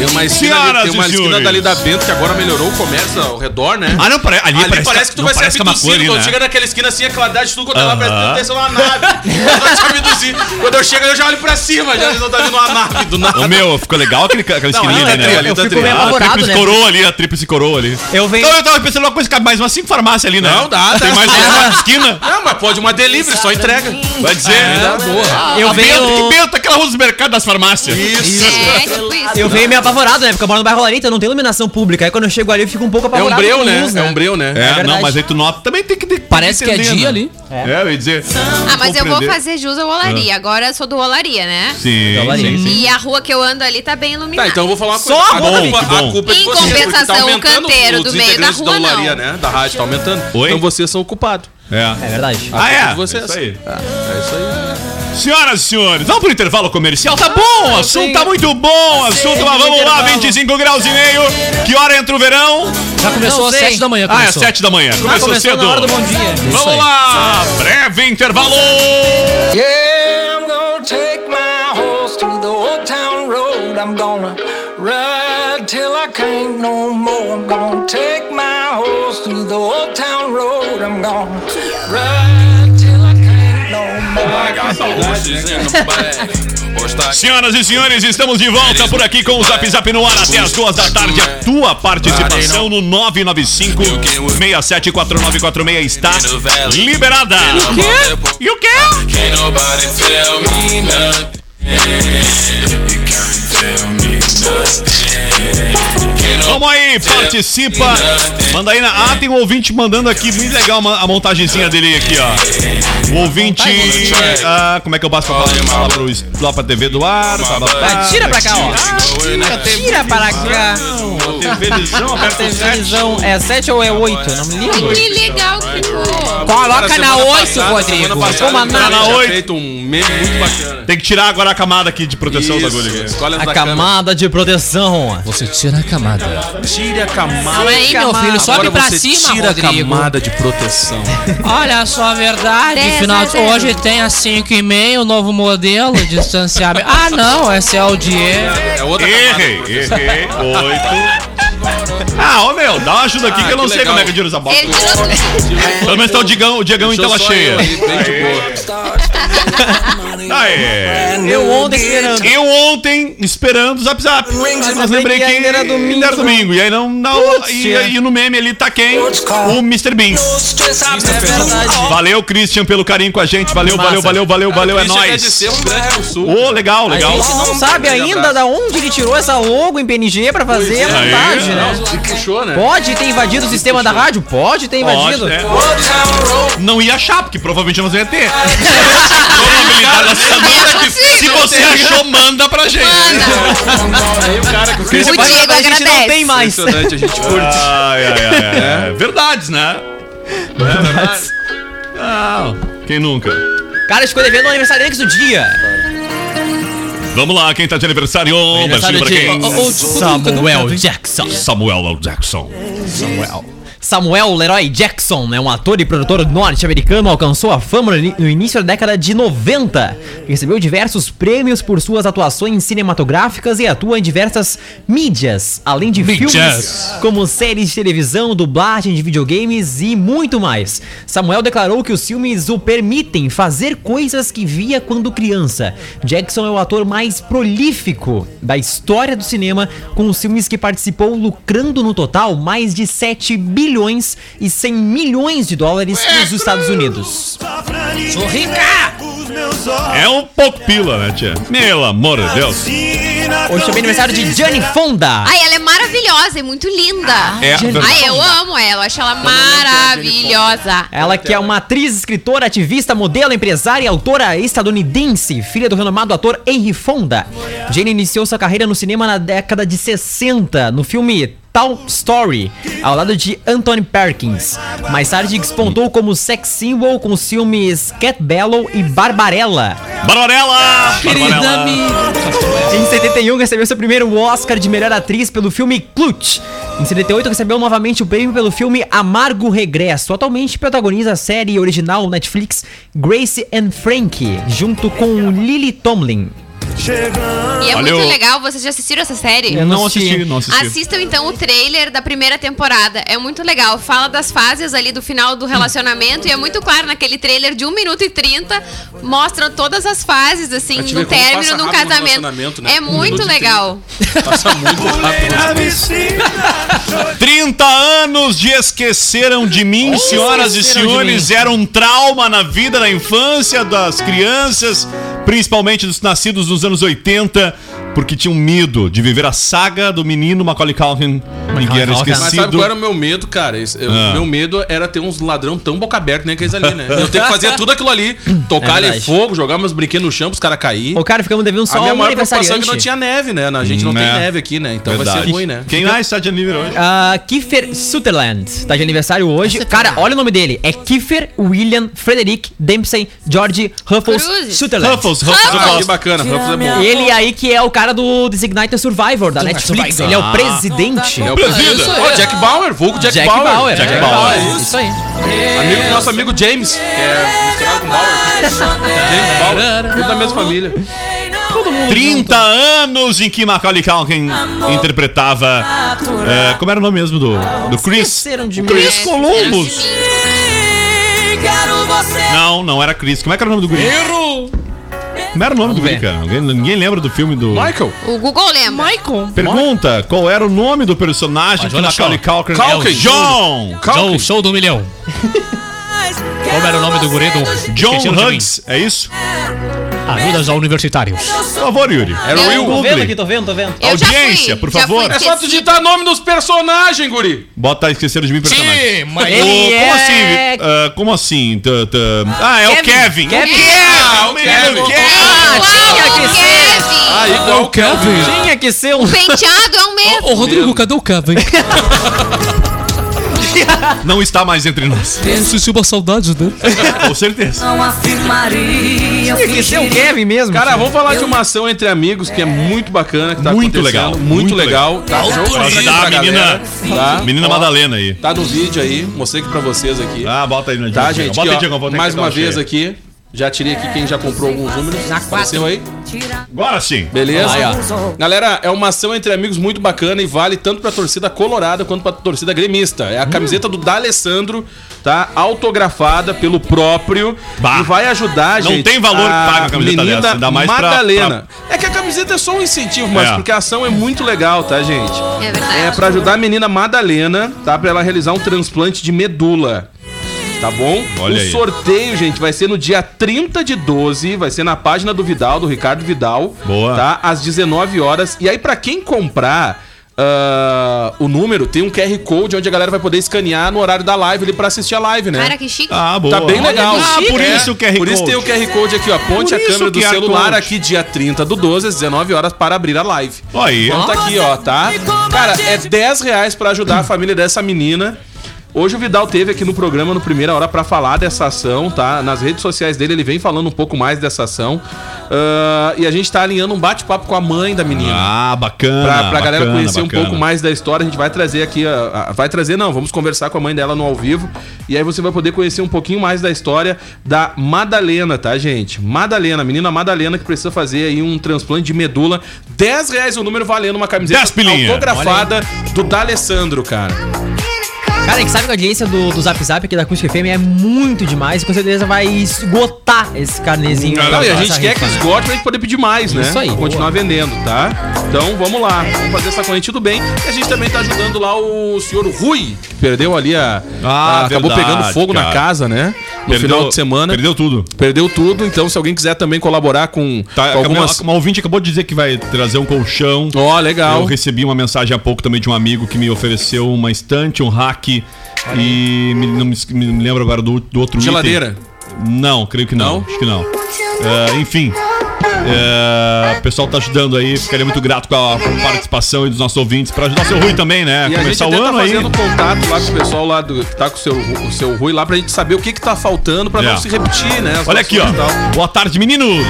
Tem uma esquina, ali, Senhoras tem uma e esquina senhores. dali da Bento que agora melhorou o comércio ao redor, né? Ah, não, pare- ali, Ali parece, que tu não vai ser parece que é uma coisa abduzido. ali, Quando né? chega naquela esquina assim, a claridade de tudo quanto é lá, Aham. parece que tá descendo uma nave. Eu vou te abduzir. Quando eu chego, eu já olho pra cima, já não tá vindo uma nave do nada. Ô, meu, ficou legal aquele, aquela esquininha ali ali, tá né? ali, tá fico meio Ah, a apavorado, tríplice né? coroa ali, a tríplice coroa ali. Eu venho. Então eu tava pensando uma coisa, cara, mais umas cinco farmácias ali, né? Não, dá, Tem dá. mais uma esquina. Não, mas pode uma delivery, só entrega. Vai dizer. Tá boa. Eu A Bento, venho. que Bento, aquela rua dos mercados das farmácias. Isso. É, tipo isso. Eu venho meio apavorado, né? Porque eu moro no bairro Larita, não tem iluminação pública. Aí quando eu chego ali, eu fico um pouco É um apavorado. breu, com né? luz, É um breu, né? É, verdade. não, mas aí tu nota, também tem que tem que Parece que é entender, dia né? ali. É, eu ia dizer. Ah, mas eu vou compreender. fazer jus ao Ah. Olaria. Agora eu sou do Olaria, né? Sim, Olaria. sim, sim. E a rua que eu ando ali tá bem iluminada. Tá, então eu vou falar uma Só coisa. a rua da Bento. culpa é de Em vocês, porque compensação, o aumentando canteiro os do meio da integrantes rua, olaria, não. né? Da rádio tá aumentando. Oi? Então vocês são culpados. É. É verdade. Ah, culpa é? de vocês. Isso aí. É isso aí. Senhoras e senhores, vamos pro intervalo comercial. Tá bom, o assunto tá muito bom. o Assunto, mas vamos lá, 25 graus e meio. Que hora entra o verão? Já começou Não às sei. 7 da manhã. Ah, é começou. 7 da manhã. Ah, Começou começou cedo. na hora do bom dia. Isso Vamos aí. lá, breve intervalo. Yeah, I'm gonna take my horse to the old town road. I'm gonna ride till I can't no more. I'm gonna take my horse to the old town road. I'm gonna ride till I can't no Senhoras e senhores, estamos de volta por aqui com o Zap Zap no ar até as duas da tarde. A tua participação no 995 674946 está liberada. E o quê? Vamos aí, participa. Manda aí na. Ah, tem um ouvinte mandando aqui. Muito legal a ma- a montagenzinha dele aqui, ó. O ouvinte. Ah, como é que eu passo pra falar pro lá pra TV do ar? Tá, tá, tá. Ah, tira pra cá, ó. Tira para cá. Televisão, A aperta o sete. televisão é 7 ou é 8? Não me lembro. Que legal que ficou. Coloca na 8, Semana Rodrigo. passada, Toma nada. semana passada, tinha Oito. feito um meme muito bacana. Tem que tirar agora a camada aqui de proteção da agulha. Isso, escolhe as A da câmera. camada de proteção. Você tira a camada. Tire a camada. Fala é aí, meu filho. Sobe Agora pra você cima, tira Rodrigo. a camada de proteção. Olha só a verdade. Dez Final a de- zero. hoje tem a 5,5, o novo modelo, distanciamento. Ah, não, esse é o Diego. É outra Errei, camada. errei, oito. Ah, ô meu, dá uma ajuda aqui Ah, que eu não que sei legal. como é que tira essa bola. Ele tirou tudo. Pelo menos tá o Digão, o Diegão em Deixou tela só cheia. eu aí, bem de boa. Aê. Eu ontem esperando. Eu ontem esperando o Zap Zap, mas lembrei que ainda era domingo. é. E aí não, não e, tia. e no meme ele tá quem? O Mr. Bean. tá Valeu, Christian, pelo carinho com a gente. Valeu, valeu, valeu, valeu, valeu, é Christian quer nóis. dizer um grande Ô, consultor. legal, legal. A gente não sabe ainda da onde ele tirou essa logo em PNG pra fazer a Aí, montagem, né? Não, Puxou, né? Pode ter invadido o sistema da rádio? Pode ter invadido. Ótimo, né? Não ia achar, porque provavelmente nós ia ter. Probabilidade da semana é que- Se você achou, manda pra gente. O Diego a gente não tem agradece. mais. Impressionante, a gente curte. Ai, ai, ai, ai, ai. Verdades, né? Ah, quem nunca? Cara, ficou devendo o aniversário antes do dia. Vamos lá, quem tá de aniversário? Aniversário pra quem? Samuel Jackson. Samuel L. Jackson. Samuel Leroy Jackson é um ator e produtor norte-americano, alcançou a fama no ini- no início da década de 90. Recebeu diversos prêmios por suas atuações cinematográficas e atua em diversas mídias, além de filmes como séries de televisão, dublagem de videogames e muito mais. Samuel declarou que os filmes o permitem fazer coisas que via quando criança. Jackson é o ator mais prolífico da história do cinema, com os filmes que participou lucrando no total mais de 7 bilhões e 100 milhões de dólares nos Estados Unidos. Sou rica! É um pouco pila, né, tia? Meu amor de Deus. Hoje também é aniversário de Gianni Fonda. Ai, ela é maravilhosa e muito linda. É, Ai, eu amo ela. Acho ela maravilhosa. Ela que é uma atriz, escritora, ativista, modelo, empresária e autora estadunidense, filha do renomado ator Henry Fonda. Jane iniciou sua carreira no cinema na década de 60, no filme Tal Story, ao lado de Anthony Perkins. Mais tarde despontou como sex symbol com os filmes Cat Bellow e Barbarella. Barbarella! Barbarella. Em 71 recebeu seu primeiro Oscar de melhor atriz pelo filme Clutch. Em 78 recebeu novamente o prêmio pelo filme Amargo Regresso. Atualmente protagoniza a série original Netflix Grace and Frankie, junto com Lily Tomlin. E é Valeu. muito legal. Vocês já assistiram essa série? Eu Não assisti, não assisti. Assistam então o trailer da primeira temporada. É muito legal. Fala das fases ali do final do relacionamento. E é muito claro, naquele trailer de 1 minuto e 30, mostra todas as fases, assim, Pra te do ver como passa término de rápido um um casamento. relacionamento, né? É Um muito minuto e legal. Passa muito rápido. 30 anos de esqueceram de Oh, mim, senhoras e esqueceram de senhores. mim. Era um trauma na vida, na infância das crianças, principalmente dos nascidos nos anos 80, porque tinham medo de viver a saga do menino Macaulay Culkin Ninguém era Mas sabe Mas sabe esquecido. qual era o meu medo, cara? Esse- eu- Ah. Meu medo era ter uns ladrão tão boca aberta, nem aqueles ali, né? Eu tenho que fazer tudo aquilo ali, É tocar ali verdade. fogo, jogar meus brinquedos no chão pros caras cair. Ô, cara, ficamos devendo A só minha um maior preocupação é que aniversariante. não tinha neve, né? A gente não Hum, tem é. neve aqui, né? Então vai Verdade. ser ruim, né? Quem mais está de aniversário hoje? Ah, Kiefer Sutherland tá de aniversário hoje. Cara, olha o nome dele. É Kiefer William Frederick Dempsey George Ruffles Cruzes. Sutherland. Ruffles, Ruffles, eu É, Ah, que gosto. bacana, Ruffles é bom. Ele aí que é o cara do Designated Survivor da Netflix. Ele é o presidente. Tá É o Presida. Ô, Jack Bauer, vulgo Jack, Jack Bauer. Bauer, Jack é. Bauer. Isso aí. Amigo do nosso amigo James, que é misturado com Bauer. James Bauer, tudo da mesma família. 30 anos em que Macaulay Culkin interpretava. eh, como era o nome mesmo do, do Chris? Esqueceram de O mim. Chris É. Columbus. Quero você Não, não era Chris. Como é que era o nome do guri? Erro! Como era o nome do guri, cara? Alguém- ninguém lembra do filme do. Michael. O Google lembra. Pergunta: qual era o nome do personagem Mas que olha Macaulay Culkin, Culkin. é o John? Show, show do milhão. Como era o nome do guri do... John Esqueceram de mim. Huggs, é isso? Ajudas ao universitários. Por favor, Yuri. Era o Will Tô vendo aqui, Google. tô vendo, tô vendo. Eu já Audiência, por já favor. fui É só tu esquecida. digitar nome dos personagens, guri. Bota esqueceram de mim personagem. Sim, mas... Ô, Ele como é- assim? Ah, como assim? Tã, tã. Ah, é o Kevin. Kevin. Kevin. Ah, o menino Kevin. É, Kevin. Ah, tinha que ser. Ah, Kevin! igual o Kelvin. Tinha que ser um. O penteado é o mesmo. Oh, Ô, Rodrigo, cadê o Kevin? Não está mais entre nós. Sentiu uma saudade né? dele. Com certeza. Não afirmaria Tinha que ser o Kevin mesmo. Cara, vamos falar de uma ação entre amigos que é muito bacana, que tá Muito acontecendo, legal, muito Muito legal. Tá show pra Essa da pra galera, menina, Tá? menina Ó, Madalena aí. Tá no vídeo aí, mostrei aqui pra vocês aqui. Ah, bota aí na Tá, gente? Bota aí, aqui, ó, Diego. vou ter que mais dar uma um cheiro. vez aqui. Já tirei aqui quem já comprou alguns números. Apareceu aí? Agora sim. Beleza? Aí, ó. Galera, é uma ação entre amigos muito bacana e vale tanto pra torcida colorada quanto pra torcida gremista. É a Hum. camiseta do D'Alessandro, tá? Autografada pelo próprio. Bah. E vai ajudar, Não gente. tem valor que paga a camiseta menina dessa, ainda mais pra- Madalena. É que a camiseta é só um incentivo, mas É. porque a ação é muito legal, tá, gente? É verdade. É pra ajudar a menina Madalena, tá? Pra ela realizar um transplante de medula. Tá bom? Olha o aí. sorteio, gente, vai ser no dia 30 de 12, vai ser na página do Vidal, do Ricardo Vidal. Boa. Tá? Às 19 horas. E aí, pra quem comprar ah, o número, tem um QR Code onde a galera vai poder escanear no horário da live ali pra assistir a live, né? Cara, que chique. Ah, boa. Tá bem legal. Ah, por isso o QR Por isso Code. tem o QR Code aqui, ó. Por Ponte a isso câmera o do QR celular Code. aqui, dia 30 do 12, às 19 horas, para abrir a live. Ó aí. Então tá aqui, ó, tá? Cara, é 10 reais pra ajudar a família dessa menina. Hoje o Vidal teve aqui no programa, no Primeira Hora, pra falar dessa ação, tá? Nas redes sociais dele ele vem falando um pouco mais dessa ação. Ah, e a gente tá alinhando um bate-papo com a mãe da menina Ah, bacana. pra, pra galera bacana, conhecer bacana. um pouco mais da história, a gente vai trazer aqui. a- a- vai trazer, não, vamos conversar com a mãe dela no ao vivo. E aí você vai poder conhecer um pouquinho mais da história da Madalena, tá, gente? Madalena, menina Madalena que precisa fazer aí um transplante de medula. 10 reais o número valendo uma camiseta 10 pilinha. autografada do D'Alessandro, cara. Cara, que sabe que a audiência do, do Zap Zap aqui da Acústica FM é muito demais e com certeza vai esgotar esse carnezinho. Não, e a Essa gente quer rifa, que né? esgote pra gente poder pedir mais, né? Isso aí. Continuar vendendo, tá? Então vamos lá, vamos fazer essa corrente do bem. E a gente também tá ajudando lá o senhor Rui, que perdeu ali a. Ah, a- acabou verdade, pegando fogo na cara. casa, né? No Perdeu- final de semana. Perdeu, Perdeu tudo. tudo, então se alguém quiser também colaborar com, Tá, com algumas. Uma ouvinte acabou de dizer que vai trazer um colchão. Ó, Eu legal. recebi uma mensagem há pouco também de um amigo que me ofereceu uma estante, um rack e me, não me, me lembro agora do, do outro Geladeira. item. Não, creio que não. Não? Acho que não. É, enfim, é, o pessoal tá ajudando aí. Ficaria muito grato com a participação aí dos nossos ouvintes pra ajudar o seu Rui também, né? E a gente Começar até o tá ano aí. fazendo contato lá com o pessoal lá do, que tá com o seu, o seu Rui lá pra gente saber o que que tá faltando pra É. não se repetir, né? as Olha aqui, ó. ações e tal. Boa tarde, meninos.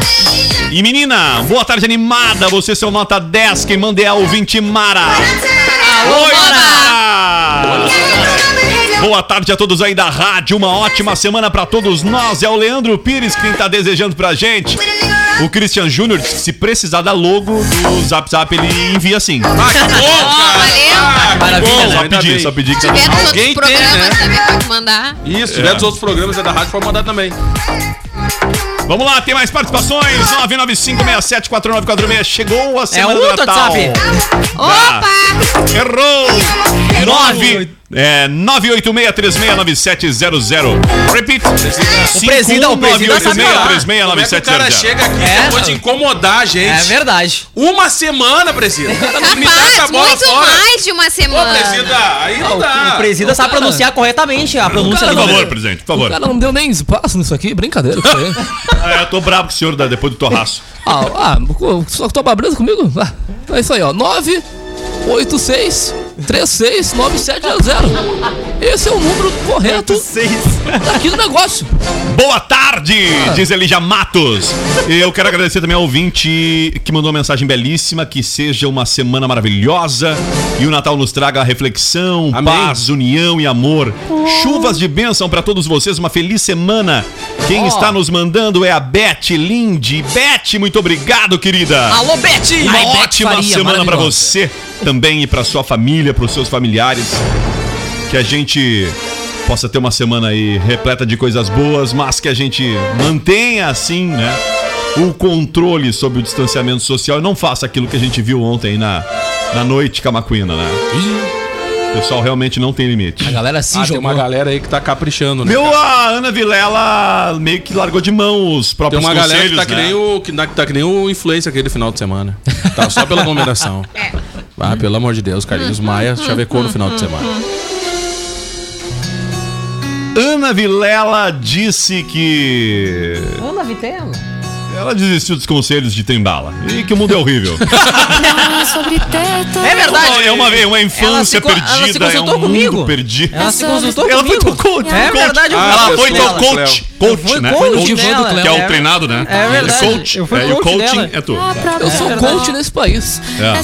E menina, boa tarde animada. Você seu nota 10, quem manda é a ouvinte Mara. Oi, Mara. Boa tarde a todos aí da rádio. Uma ótima semana pra todos nós. É o Leandro Pires quem tá desejando pra gente. O Christian Júnior disse que se precisar da logo do Zap Zap, ele envia sim. Ah, que bom, cara. Ah, Ó, valeu. que Maravilha, bom, Só ainda pedir, bem. só pedir que Tiver nos outros Alguém tem, programas né? também pode mandar. Isso, se tiver dos outros programas é da rádio, pode mandar também. Vamos lá, tem mais participações. 995674946. Chegou a É um semana do outro Natal. WhatsApp. Ah. Opa! Errou! 9 é, 986369700. Repeat. O presida- o presida sabe falar. Como é que o 986369700. cara chega aqui É. depois de incomodar a gente? É verdade. Uma semana, Presida. Tá O cara não me dá essa Rapaz, bola muito fora. mais de uma Ô, semana. Presida, aí não dá. Ah, O presida sabe cara. pronunciar corretamente a pronúncia cara Por do favor, presidente, por O favor. cara não deu nem espaço nisso aqui, brincadeira. isso aí. Ah, eu tô bravo com o senhor da- depois do torraço. ah, ah, co- só que toma brisa comigo? Ah, então é isso aí, ó. 9, 8, 6, 3, 6, 9, 7, 0, 0. Esse é o número correto daqui do negócio. Boa tarde, diz Elija Matos. Eu quero agradecer também ao ouvinte que mandou uma mensagem belíssima. Que seja uma semana maravilhosa e o Natal nos traga reflexão, Amém. paz, união e amor. Chuvas de bênção para todos vocês, uma feliz semana. Quem está nos mandando é a Beth Lindy. Beth, muito obrigado, querida. Alô, Bete! Uma Ai, Bete ótima Faria, semana pra maravilhosa. você também e pra sua família, pros seus familiares. Que a gente possa ter uma semana aí repleta de coisas boas, mas que a gente mantenha assim, né? O controle sobre o distanciamento social e não faça aquilo que a gente viu ontem na, na noite camacuína, né? O pessoal realmente não tem limite. A galera se Ah, tem jogou. uma galera aí que tá caprichando, né? Meu, a Ana Vilela meio que largou de mão os Tem próprios uma galera que conselhos, tá, que né? nem o, que, na- que tá que nem o influencer aquele final de semana. Tá só pela aglomeração. É. Ah, pelo amor de Deus, Carlinhos Maia chavecou no final de semana. Ana Vilela disse que. Ana Vitela. Ela desistiu dos conselhos de Tembala. E que o mundo é horrível. É verdade. é uma, é uma infância Ela se con- ela perdida, se consultou é um comigo. mundo perdido. Ela se consultou Ela foi comigo. teu coach. É coach. verdade, eu fui Ela foi coach teu dela. coach. fui Coach, né? coach Coach, dela, que é é. o treinado, né? É verdade, Ele é coach. eu fui é, e o coach coaching dela. é tu. Eu sou coach nesse país. É.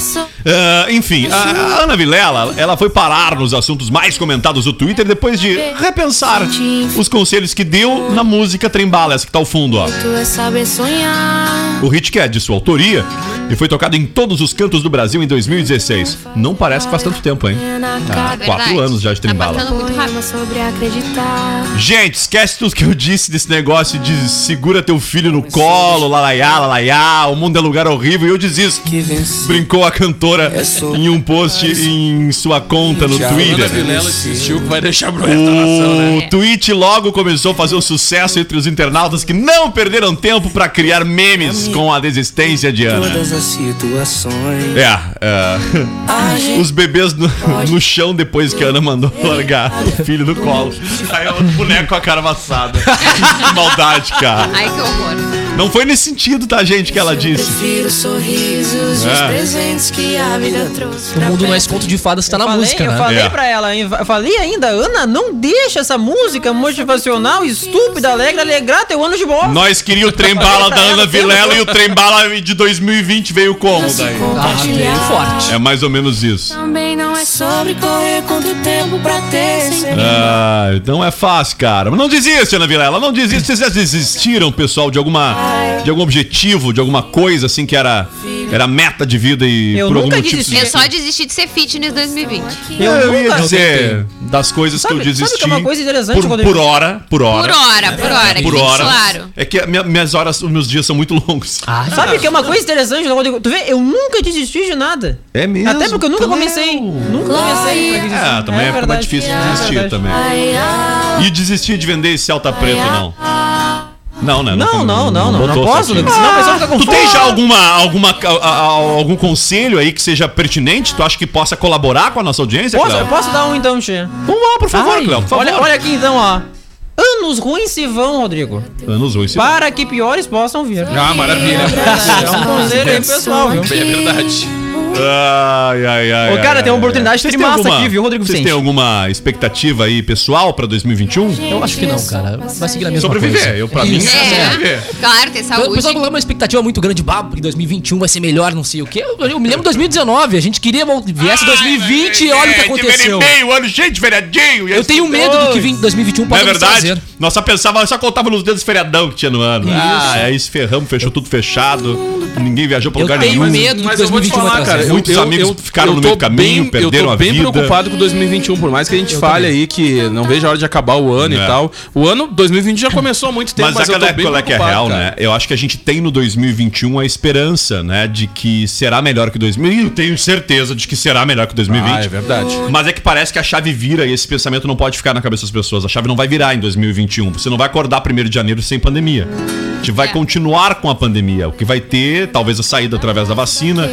Ah, enfim, a a Ana Vilela, ela foi parar nos assuntos mais comentados do Twitter depois de repensar os conselhos que deu na música Trembala, essa que tá ao fundo, ó. O hit que é de sua autoria e foi tocado em todos os cantos do Brasil em 2016. Não parece que faz tanto tempo, hein? Ah, É quatro verdade. anos já de Tá Trembala. passando muito rápido. Gente, esquece tudo que eu disse desse negócio de segura teu filho no colo, lalaiá, lalaiá, o mundo é lugar horrível e eu desisto. Brincou a cantora É em um post em sua conta no Ana Twitter. Uh. Vilela insistiu que vai deixar pro resto da nação, né? O tweet logo começou a fazer um sucesso entre os internautas que não perderam tempo pra criar memes com a desistência de Ana. as situações. É, é. os bebês no, no chão depois que a Ana mandou largar o filho do colo. Aí o boneco com a cara amassada. Que maldade, cara. Ai, que horror. Não foi nesse sentido, tá, gente, que ela disse. É. Prefiro sorrisos e os presentes que a vida trouxe. O mundo não é esse conto de fadas que tá na falei, música, eu né? falei É. pra ela, hein, eu falei ainda, Ana, não deixa essa música motivacional, estúpida, alegre, alegrar teu ano de bola. Nós queríamos o trem bala da Ana Vilela e o trem bala de 2020 veio como daí? Ah, veio forte. É mais ou menos isso. Também não é sobre correr contra o tempo pra ter sempre. Ah, então é fácil, cara. Mas não desiste, Ana Vilela, não desiste. Vocês já desistiram, pessoal, de alguma de algum objetivo, de alguma coisa assim que era era meta de vida e Eu por algum nunca motivo desisti. vocês- Eu só desisti de ser fitness 2020. Eu, ia nunca- dizer das coisas Sabe- que eu sabe que é desisti. uma coisa interessante por, quando eu- por hora, por hora. Por hora, por hora. que Por fique hora. Claro. É que a minha- minhas horas, os meus dias são muito longos. Sabe que é uma coisa interessante, Rodrigo? tu vê, eu nunca desisti de nada. É mesmo, Até porque eu nunca Cléo. comecei. Nunca comecei. pra desistir. É, também é, mais verdade. difícil É desistir verdade. também. E desistir de vender esse Celta Preto, não. Não, né? Não, não, não, não. Não, botou posso, essa- Lucas. Senão o pessoal fica com Tu tem fome. já alguma, alguma, a- a- algum conselho aí que seja pertinente? Tu acha que possa colaborar com a nossa audiência, Posso, Cléo? eu posso dar um então, Tchê? Vamos lá, por favor, Ai, Cléo, por favor. Olha, olha aqui então, ó. Anos ruins se vão, Rodrigo. Anos ruins. Para que piores possam vir. Ah, maravilha. É um conselho aí, pessoal, viu? É verdade. Ai, ai, ai. Ô, cara, ai, tem uma ai, oportunidade Vocês de têm massa aqui, viu, Rodrigo Vocês Vicente? têm alguma expectativa aí pessoal pra 2021? Eu acho que não, cara. Vai seguir a mesma Sobreviver. coisa. Eu, pra mim, Isso. sobreviver. É, claro, ter O saúde. pessoal colocou uma expectativa muito grande, babo, que 2021 vai ser melhor, não sei o quê. Eu, eu me lembro de 2019, a gente queria vol- viesse 2020 é, e olha o que aconteceu. meio ano cheio de feriadinho. e Eu tenho medo do que vim- 2021 Não é possa nos verdade? um trazer. Nós só pensava, só contava nos dedos feriadão que tinha no ano. Ah, aí se ferramos, fechou tudo fechado. Ninguém viajou pra Eu lugar tenho nenhum. medo do que Mas eu vou te 2021 vai falar, cara. trazer. Muitos amigos ficaram no meio do caminho, perderam eu a tô bem vida. preocupado com 2021, por mais que a gente fale aí que não veja a hora de acabar o ano É. e tal. O ano 2020 já começou há muito tempo, Mas, mas eu tô aquela bem época é que é preocupado, real, cara. né? Eu acho que a gente tem no 2021 a esperança, né? De que será melhor que 2020. Eu tenho certeza de que será melhor que 2020. Ah, é verdade. Mas é que parece que a chave vira e esse pensamento não pode ficar na cabeça das pessoas. A chave não vai virar em 2021. Você não vai acordar 1 de janeiro sem pandemia. A gente vai continuar com a pandemia. O que vai ter, talvez, a saída através da vacina.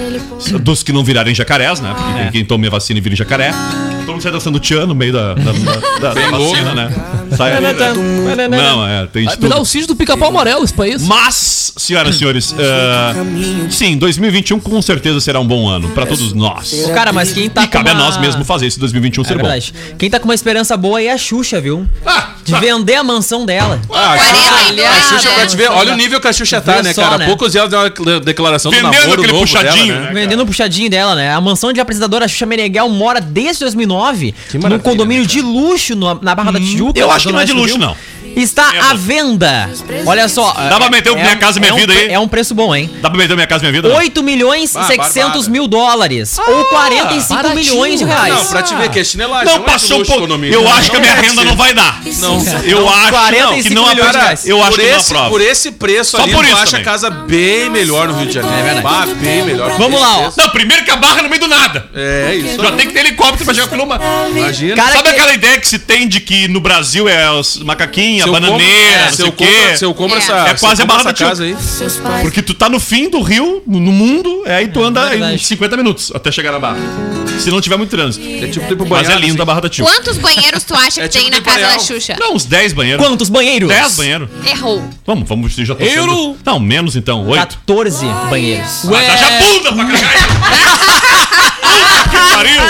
Dos que não virarem jacarés, né? Porque É. tem quem tome a vacina e vire jacaré. Todo mundo sai dançando tchan no meio da, da, da- da vacina, né? Sai ali, né? Não, é, tem de Me dá tudo. o sítio do pica-pau amarelo, esse país. Mas, senhoras e senhores, eh, sim, 2021 com certeza será um bom ano pra todos nós. Ô, Cara, mas quem tá E cabe a uma- nós mesmo fazer esse 2021 É ser bom. verdade. Quem tá com uma esperança boa aí é a Xuxa, viu? Ah, De vender a mansão dela. Ah, a Xuxa, 42, a Xuxa né? pra te ver, olha o nível que a Xuxa tá, Vê né, só, cara? né? Há poucos dias deu uma cl- declaração do Vendendo namoro aquele novo puxadinho, dela, né? né? Tá Vendendo o puxadinho dela, né? A mansão de apresentadora Xuxa Meneghel mora desde 2009 num maravilha, condomínio de luxo no- na Barra da Tijuca. né, Hum, eu na acho que Zona não é de Leste do luxo, Rio. É, Está à mano. venda. Olha só. Dá pra meter o Minha Casa Minha é um Vida pre- aí? É um preço bom, hein? Dá pra vender minha casa, minha vida? 8 milhões e Ah, 600 barbada. mil dólares. ou 45 baratinho. milhões de reais. Não, pra te ver que é chinelagem. Não, é passou um luxo pouco. economia. Eu acho que a minha é renda não vai dar. Não, Eu acho não, que 45 não milhões de aprova. reais. Eu acho por, que não esse, por aprova. esse preço Só ali, por tu isso acha também. casa bem melhor no Rio de Janeiro. É verdade. Bah, bem melhor. Vamos lá, ó. Não, primeiro que a barra é no meio do nada. É isso. Já tem que ter helicóptero pra chegar com uma. Imagina. Cara, Sabe que- aquela ideia que se tem de que no Brasil é os macaquinha, Se eu compro- bananeira, é, não se sei eu o quê? compro- se eu compro É. essa, É se eu quase a compro barra essa da Tijuca. casa aí. Porque tu tá no fim do rio, no no mundo, é, aí tu anda aí verdade. uns 50 minutos até chegar na barra. Se não tiver muito trânsito. É tipo tipo Mas é banhado, lindo a assim. barra da Tijuca. Quantos banheiros tu acha que É tem tipo na casa da Temporal. Xuxa? Não, uns 10 banheiros. Quantos banheiros? 10 banheiros. Errou. Vamos, vamos, já tô Euro. sendo- Não, menos então, 8. 14 banheiros. É, Mas haja bunda pra cagar! Puta que pariu!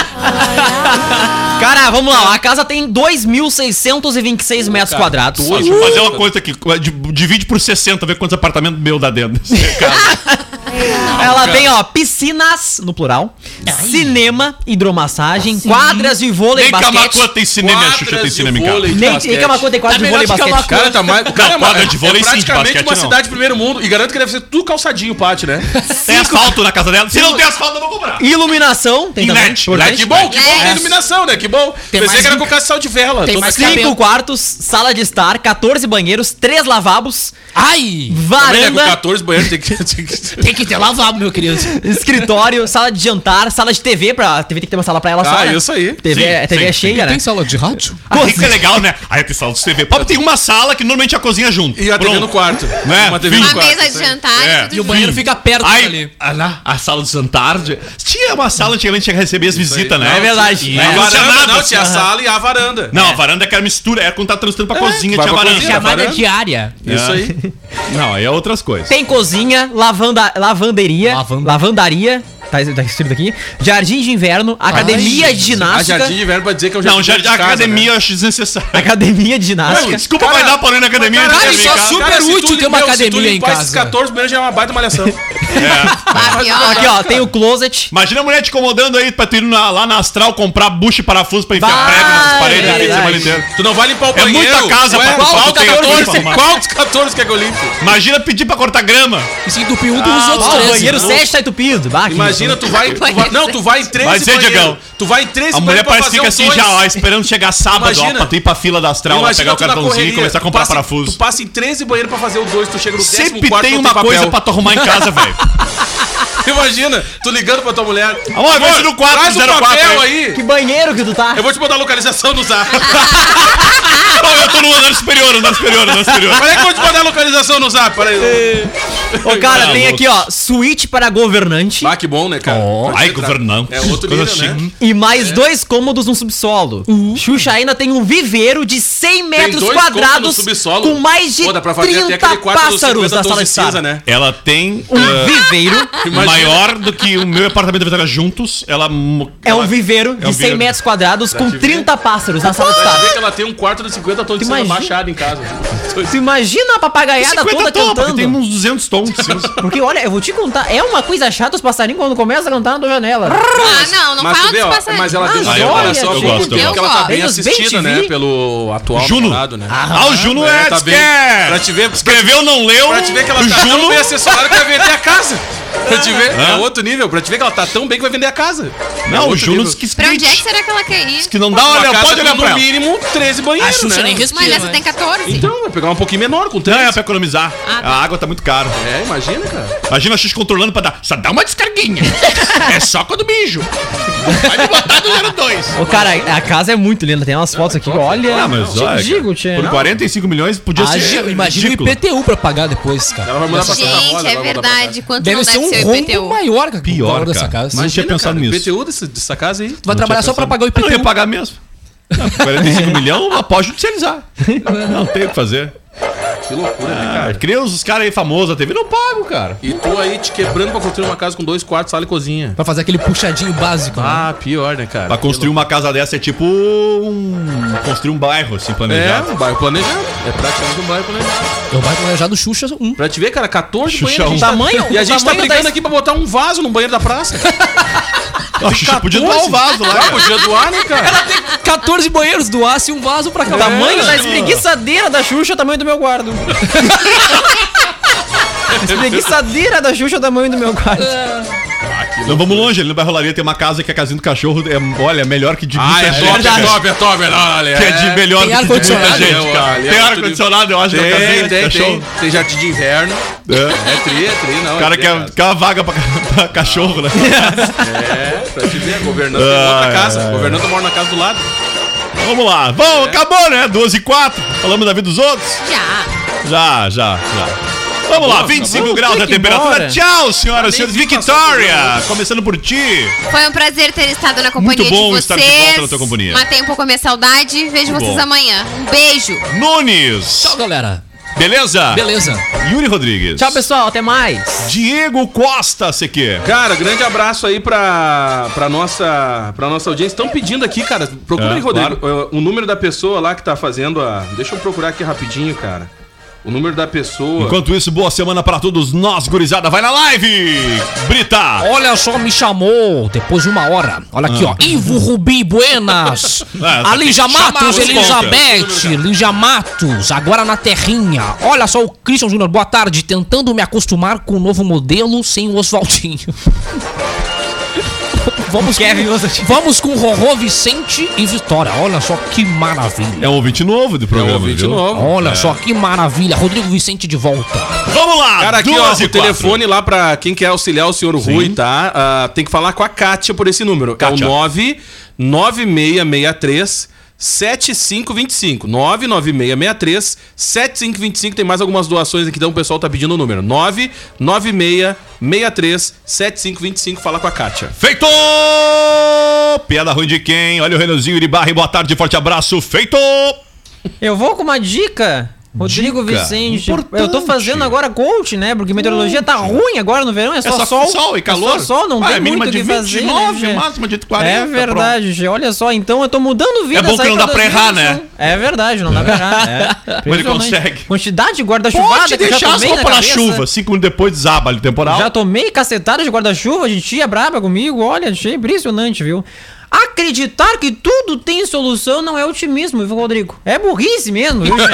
Cara, vamos lá. A casa tem 2.626 metros quadrados. Deixa eu fazer uma coisa aqui. di- Divide por 60, ver quantos apartamentos meu dá dentro. desse cara. Ela tem, ó, piscinas, no plural, cinema, hidromassagem, quadras de vôlei, Nem Camacuã basquete. tem cinema, a Xuxa tem Quadras de cinema em casa. vôlei de Nem, nem basquete. É Camacuã tem quadra de vôlei e O basquete. cara tá mais. O cara é, quadra mais- de vôlei, é sim, de praticamente basquete, uma não. cidade de primeiro mundo. E garanto que deve ser tudo calçadinho o pátio, né? Tem asfalto na casa dela? Se não tem asfalto, eu vou comprar. Iluminação, tem E também. LED, importante. LED Que bom, que bom É. que tem iluminação, né? Que bom. Pensei mais que era um- com caçal de vela. Tem Tô- assim, mais Cinco cabelo. quartos, sala de estar, 14 banheiros, 3 lavabos, Ai! Também, né, com varanda, 14 banheiros tem que. tem que- Tem que ter lavado, meu querido. escritório, sala de jantar, sala de TV, pra TV tem que ter uma sala pra ela só. Ah, né? isso aí. TV, Sim, é- TV é sim, cheia, né? Tem sala de rádio? Aí que é legal, né? Aí tem sala de TV. Pop tem uma sala que normalmente a cozinha é junto. E a TV no Pronto. quarto. Né? Uma TV Uma no Uma Quatro, mesa de quarto. jantar É. e tudo E o banheiro fica perto Aí, ali. a, lá, a sala do jantar. de- Tinha uma sala antigamente que recebia as visitas, né? É verdade. Né? A Não, tinha varanda, nada. não, tinha a sala e a varanda. Não, a varanda que era mistura, era quando tá transitando pra cozinha, tinha vai É. pra varanda. cozinha, vai. varanda? diária. Isso aí. Não, aí é outras coisas. Tem cozinha, lavanda, lavanderia, Lavanda. lavandaria, tá, tá escrito aqui, jardim de inverno, academia de A ginástica, Ah, jardim de verbo pra dizer que é um Não, jardim já, de a casa, academia né? eu acho desnecessário. academia de Não, ginástica. desculpa, vai dar porém na academia. Cara, né, isso minha é casa. su- Cara, Super se tu útil ter uma limpar- se tu academia em limpar esses casa. 14 banheiros já é uma baita malhação. Ah, pior. Aqui, ó, tem o closet. É. Imagina a mulher te incomodando aí pra tu ir na- lá na Astral comprar bucha e parafuso pra enfiar Vai, prego nas paredes é no fim de semana verdade. inteiro. Tu não vai limpar o É banheiro. muita casa Ué, pra qual ocupar, dos tem outro 14? formato. Qual dos 14 quer que eu limpe? Imagina pedir pra cortar grama. E se entupir um, tu usa outros Ah, o 13. banheiro 7 tá entupido. Bah, que Imagina, tu vai, tu vai- Não, tu vai em 13 Vai ser, banheiro. Diegão. Tu vai em 13 A mulher banheiro pra parece que fica fazer assim os já, dois. ó, esperando chegar sábado, Imagina. ó, pra tu ir pra fila da Astral, lá, pegar o tu na cartãozinho e correria. começar a Tu comprar passa- parafuso. Tu passa em 13 banheiros pra fazer o 2, tu chega no 14 Sempre tem uma coisa pra tu arrumar em casa, velho. Imagina, tu ligando pra tua mulher. Amor, vê se no quarto, traz o 04 papel aí. aí. Que banheiro que tu tá? Eu vou te botar a localização no zap. Não, eu tô no andar superior, andar superior, andar superior. Olha é que eu vou te mandar a localização no zap. Pera aí. Ô, cara, Tá Ah, tem louco. aqui, ó, suíte para governante Ah, que bom, né, cara? Ai, governante. É outro nível, Coisa assim. né? chique. e mais dois cômodos no subsolo. Xuxa ainda tem um viveiro de 100 metros dois cômodos no quadrados subsolo. com mais de Pô, dá pra fazer até 30 aquele quarto dos pássaros 50 da tons sala de de estar. cinza, né? Ela tem Um ah, viveiro maior do que o meu apartamento da Vitória juntos. Ela. é um viveiro um de 100 viveiro. metros quadrados com te vi. 30 pássaros na sala de Vai ver estar. que ela tem um quarto de 50 tons de cinza Imagina. baixado em casa. Tu imagina a papagaiada toda porque tem cantando. uns 200 tons. Sim. Porque olha, eu vou te contar, é uma coisa chata os passarinhos quando começam a cantar na tua janela. Ah, não, não é mas tu fala vê, dos ó, passarinhos. mas ela tem uma Mas declaração olha, eu gosto, gente, eu gosto. que ela tá Deus, bem ó, assistida, eles Ah, bem te né? vi. Pelo atual Juno. namorado, né? Ah, o Juno é. Ela tá diz que bem- é- pra te ver- Escreveu, não leu. Pra te ver que ela o tá Juno. tão bem assessorada que vai vender a casa. Pra Ah. te ver, é outro nível. Pra te ver que ela tá tão bem que vai vender a casa. Não, o outro Júlio nível. disse que Pra onde é que skate. será que ela quer ir? Diz que não dá, Uma olha, casa pode olhar com pra ela. no mínimo 13 A banheiros, Xuxa né? nem Mas respira. essa tem 14. Então, vai pegar um pouquinho menor com Não, é 13. pra economizar. Ah, tá. A água tá muito cara. É, imagina, cara. Imagina a Xuxa controlando pra dar. Só dá uma descarguinha. é só quando mijo. Pode botar do 02. Ô, cara, a casa é muito linda. Tem umas fotos aqui. Olha, Ah, mas te olha, digo, tchê. Por 45 milhões podia Ah, ser. Imagina ridículo. o IPTU pra pagar depois, cara. Ela vai mudar pra Santa Gente, Rosa, vai é mudar pra verdade. cá. Quanto Deve não ser um deve ser o rompo IPTU? maior, cara. que o Pior, valor dessa cara. casa. Mas- Tu tinha pensado nisso. IPTU desse- dessa casa aí. vai trabalhar só pra pagar o Eu não ia IPTU. pagar mesmo. Não, 45 milhões, mas pode judicializar. Não tem o que fazer. Que loucura, né, Ah, cara? cria os caras aí famosos da TV, não pago, cara. E tu aí te quebrando pra construir uma casa com dois quartos, sala e cozinha. Pra fazer aquele puxadinho básico. né? Ah, pior, né, cara? Pra construir uma casa dessa é tipo um. construir um bairro assim É, planejado. um bairro planejado. É praticamente um bairro planejado. Eu vai planejar do Xuxa 1. Pra te ver, cara, 14 Xuxa banheiros. a gente um. tá- Tamanho- E a gente tá tamanho brigando da- aqui pra botar um vaso no banheiro da praça. A Xuxa podia doar o vaso lá. Ah, cara. podia doar, né, cara? 14 banheiros do aço e um vaso pra É. cada Tamanho da espreguiçadeira da Xuxa, é o tamanho do meu guardo. espreguiçadeira da Xuxa, é o tamanho do meu guardo. Não vamos longe, ali no bairro Laria tem uma casa que a casinha do cachorro é, olha, é melhor que de Ah, é gente. top, é top, é top. é top, Olha, Que é de melhor Tem do que de muita ar-condicionado, gente, né, cara. olha, Tem é outro ar-condicionado, eu acho, na casinha Tem, do tem, cachorro. tem. Tem jardim de inverno. É. É tri, é tri, não. O cara é tri, quer, quer uma vaga pra, pra cachorro, né? É, pra te ver, a governanta tem outra Ah, casa. é. A governanta mora na casa do lado. Vamos lá. É. Bom, acabou, né? 12 e 4. Falamos da vida dos outros. Já. Já, já, já. Vamos lá, 25 graus Tem a que ir temperatura. embora. Tchau, Tá senhoras e senhores. Victoria, começando por ti. Foi um prazer ter estado na companhia Muito bom de vocês. estar de volta na tua companhia. Matei um pouco a minha saudade. Vejo Muito vocês bom. amanhã. Um beijo. Nunes. Tchau, galera. Beleza? Beleza. Yuri Rodrigues. Tchau, pessoal. Até mais. Diego Costa, CQ. Cara, grande abraço aí pra, pra, nossa, pra nossa audiência. Estão pedindo aqui, cara. Procura É, aí, Rodrigo, eh, o número da pessoa lá que tá fazendo a. Deixa eu procurar aqui rapidinho, cara. O número da pessoa. Enquanto isso, boa semana pra todos nós, gurizada. Vai na live, Brita. Olha só, me chamou depois de uma hora. Olha aqui, ó. Ivo Rubim Buenas. Ah, tá a Lígia bem. Chamado, Matos, responda. Elizabeth. Lígia Matos, agora na terrinha. Olha só, o Christian Júnior, boa tarde. Tentando me acostumar com o novo modelo sem o Oswaldinho. Vamos com, vamos com Rorô Vicente e Vitória. Olha só que maravilha. É um ouvinte novo do programa, É um ouvinte viu? novo. Olha É. só que maravilha. Rodrigo Vicente de volta. Vamos lá, Cara, aqui ó, 12 e o telefone lá pra quem quer auxiliar o senhor Rui, tá? Ah, tem que falar com a Kátia por esse número. Kátia. É o 99663 7525. 99663 7525. Tem mais algumas doações aqui, então o pessoal tá pedindo o número. 99663 7525. Fala com a Kátia. Feito! Piada ruim de quem? Olha o Renanzinho Iribarri, boa tarde, forte abraço. Feito! Eu vou com uma dica. Rodrigo Dica. Vicente. Importante. Eu tô fazendo agora coach, né? Porque meteorologia tá ruim agora no verão, é só, sol. e calor. É só sol, não Ah, tem é muito mínima o que de fazer. 29, né, Gê? máxima de 40, É verdade, Gê. Olha só, então eu tô mudando vida. É bom que não dá pra errar, né? É verdade, não dá pra errar. É. Mas ele Principalmente. consegue. Quantidade de Pode guarda-chuvada que eu já deixar as tomei na roupas na cabeça. chuva. Cinco minutos depois desaba ali o temporal. Já tomei cacetada de guarda-chuva de tia braba comigo, olha, achei impressionante, viu? Acreditar que tudo tem solução não é otimismo, viu, Rodrigo? É burrice mesmo, viu? gente?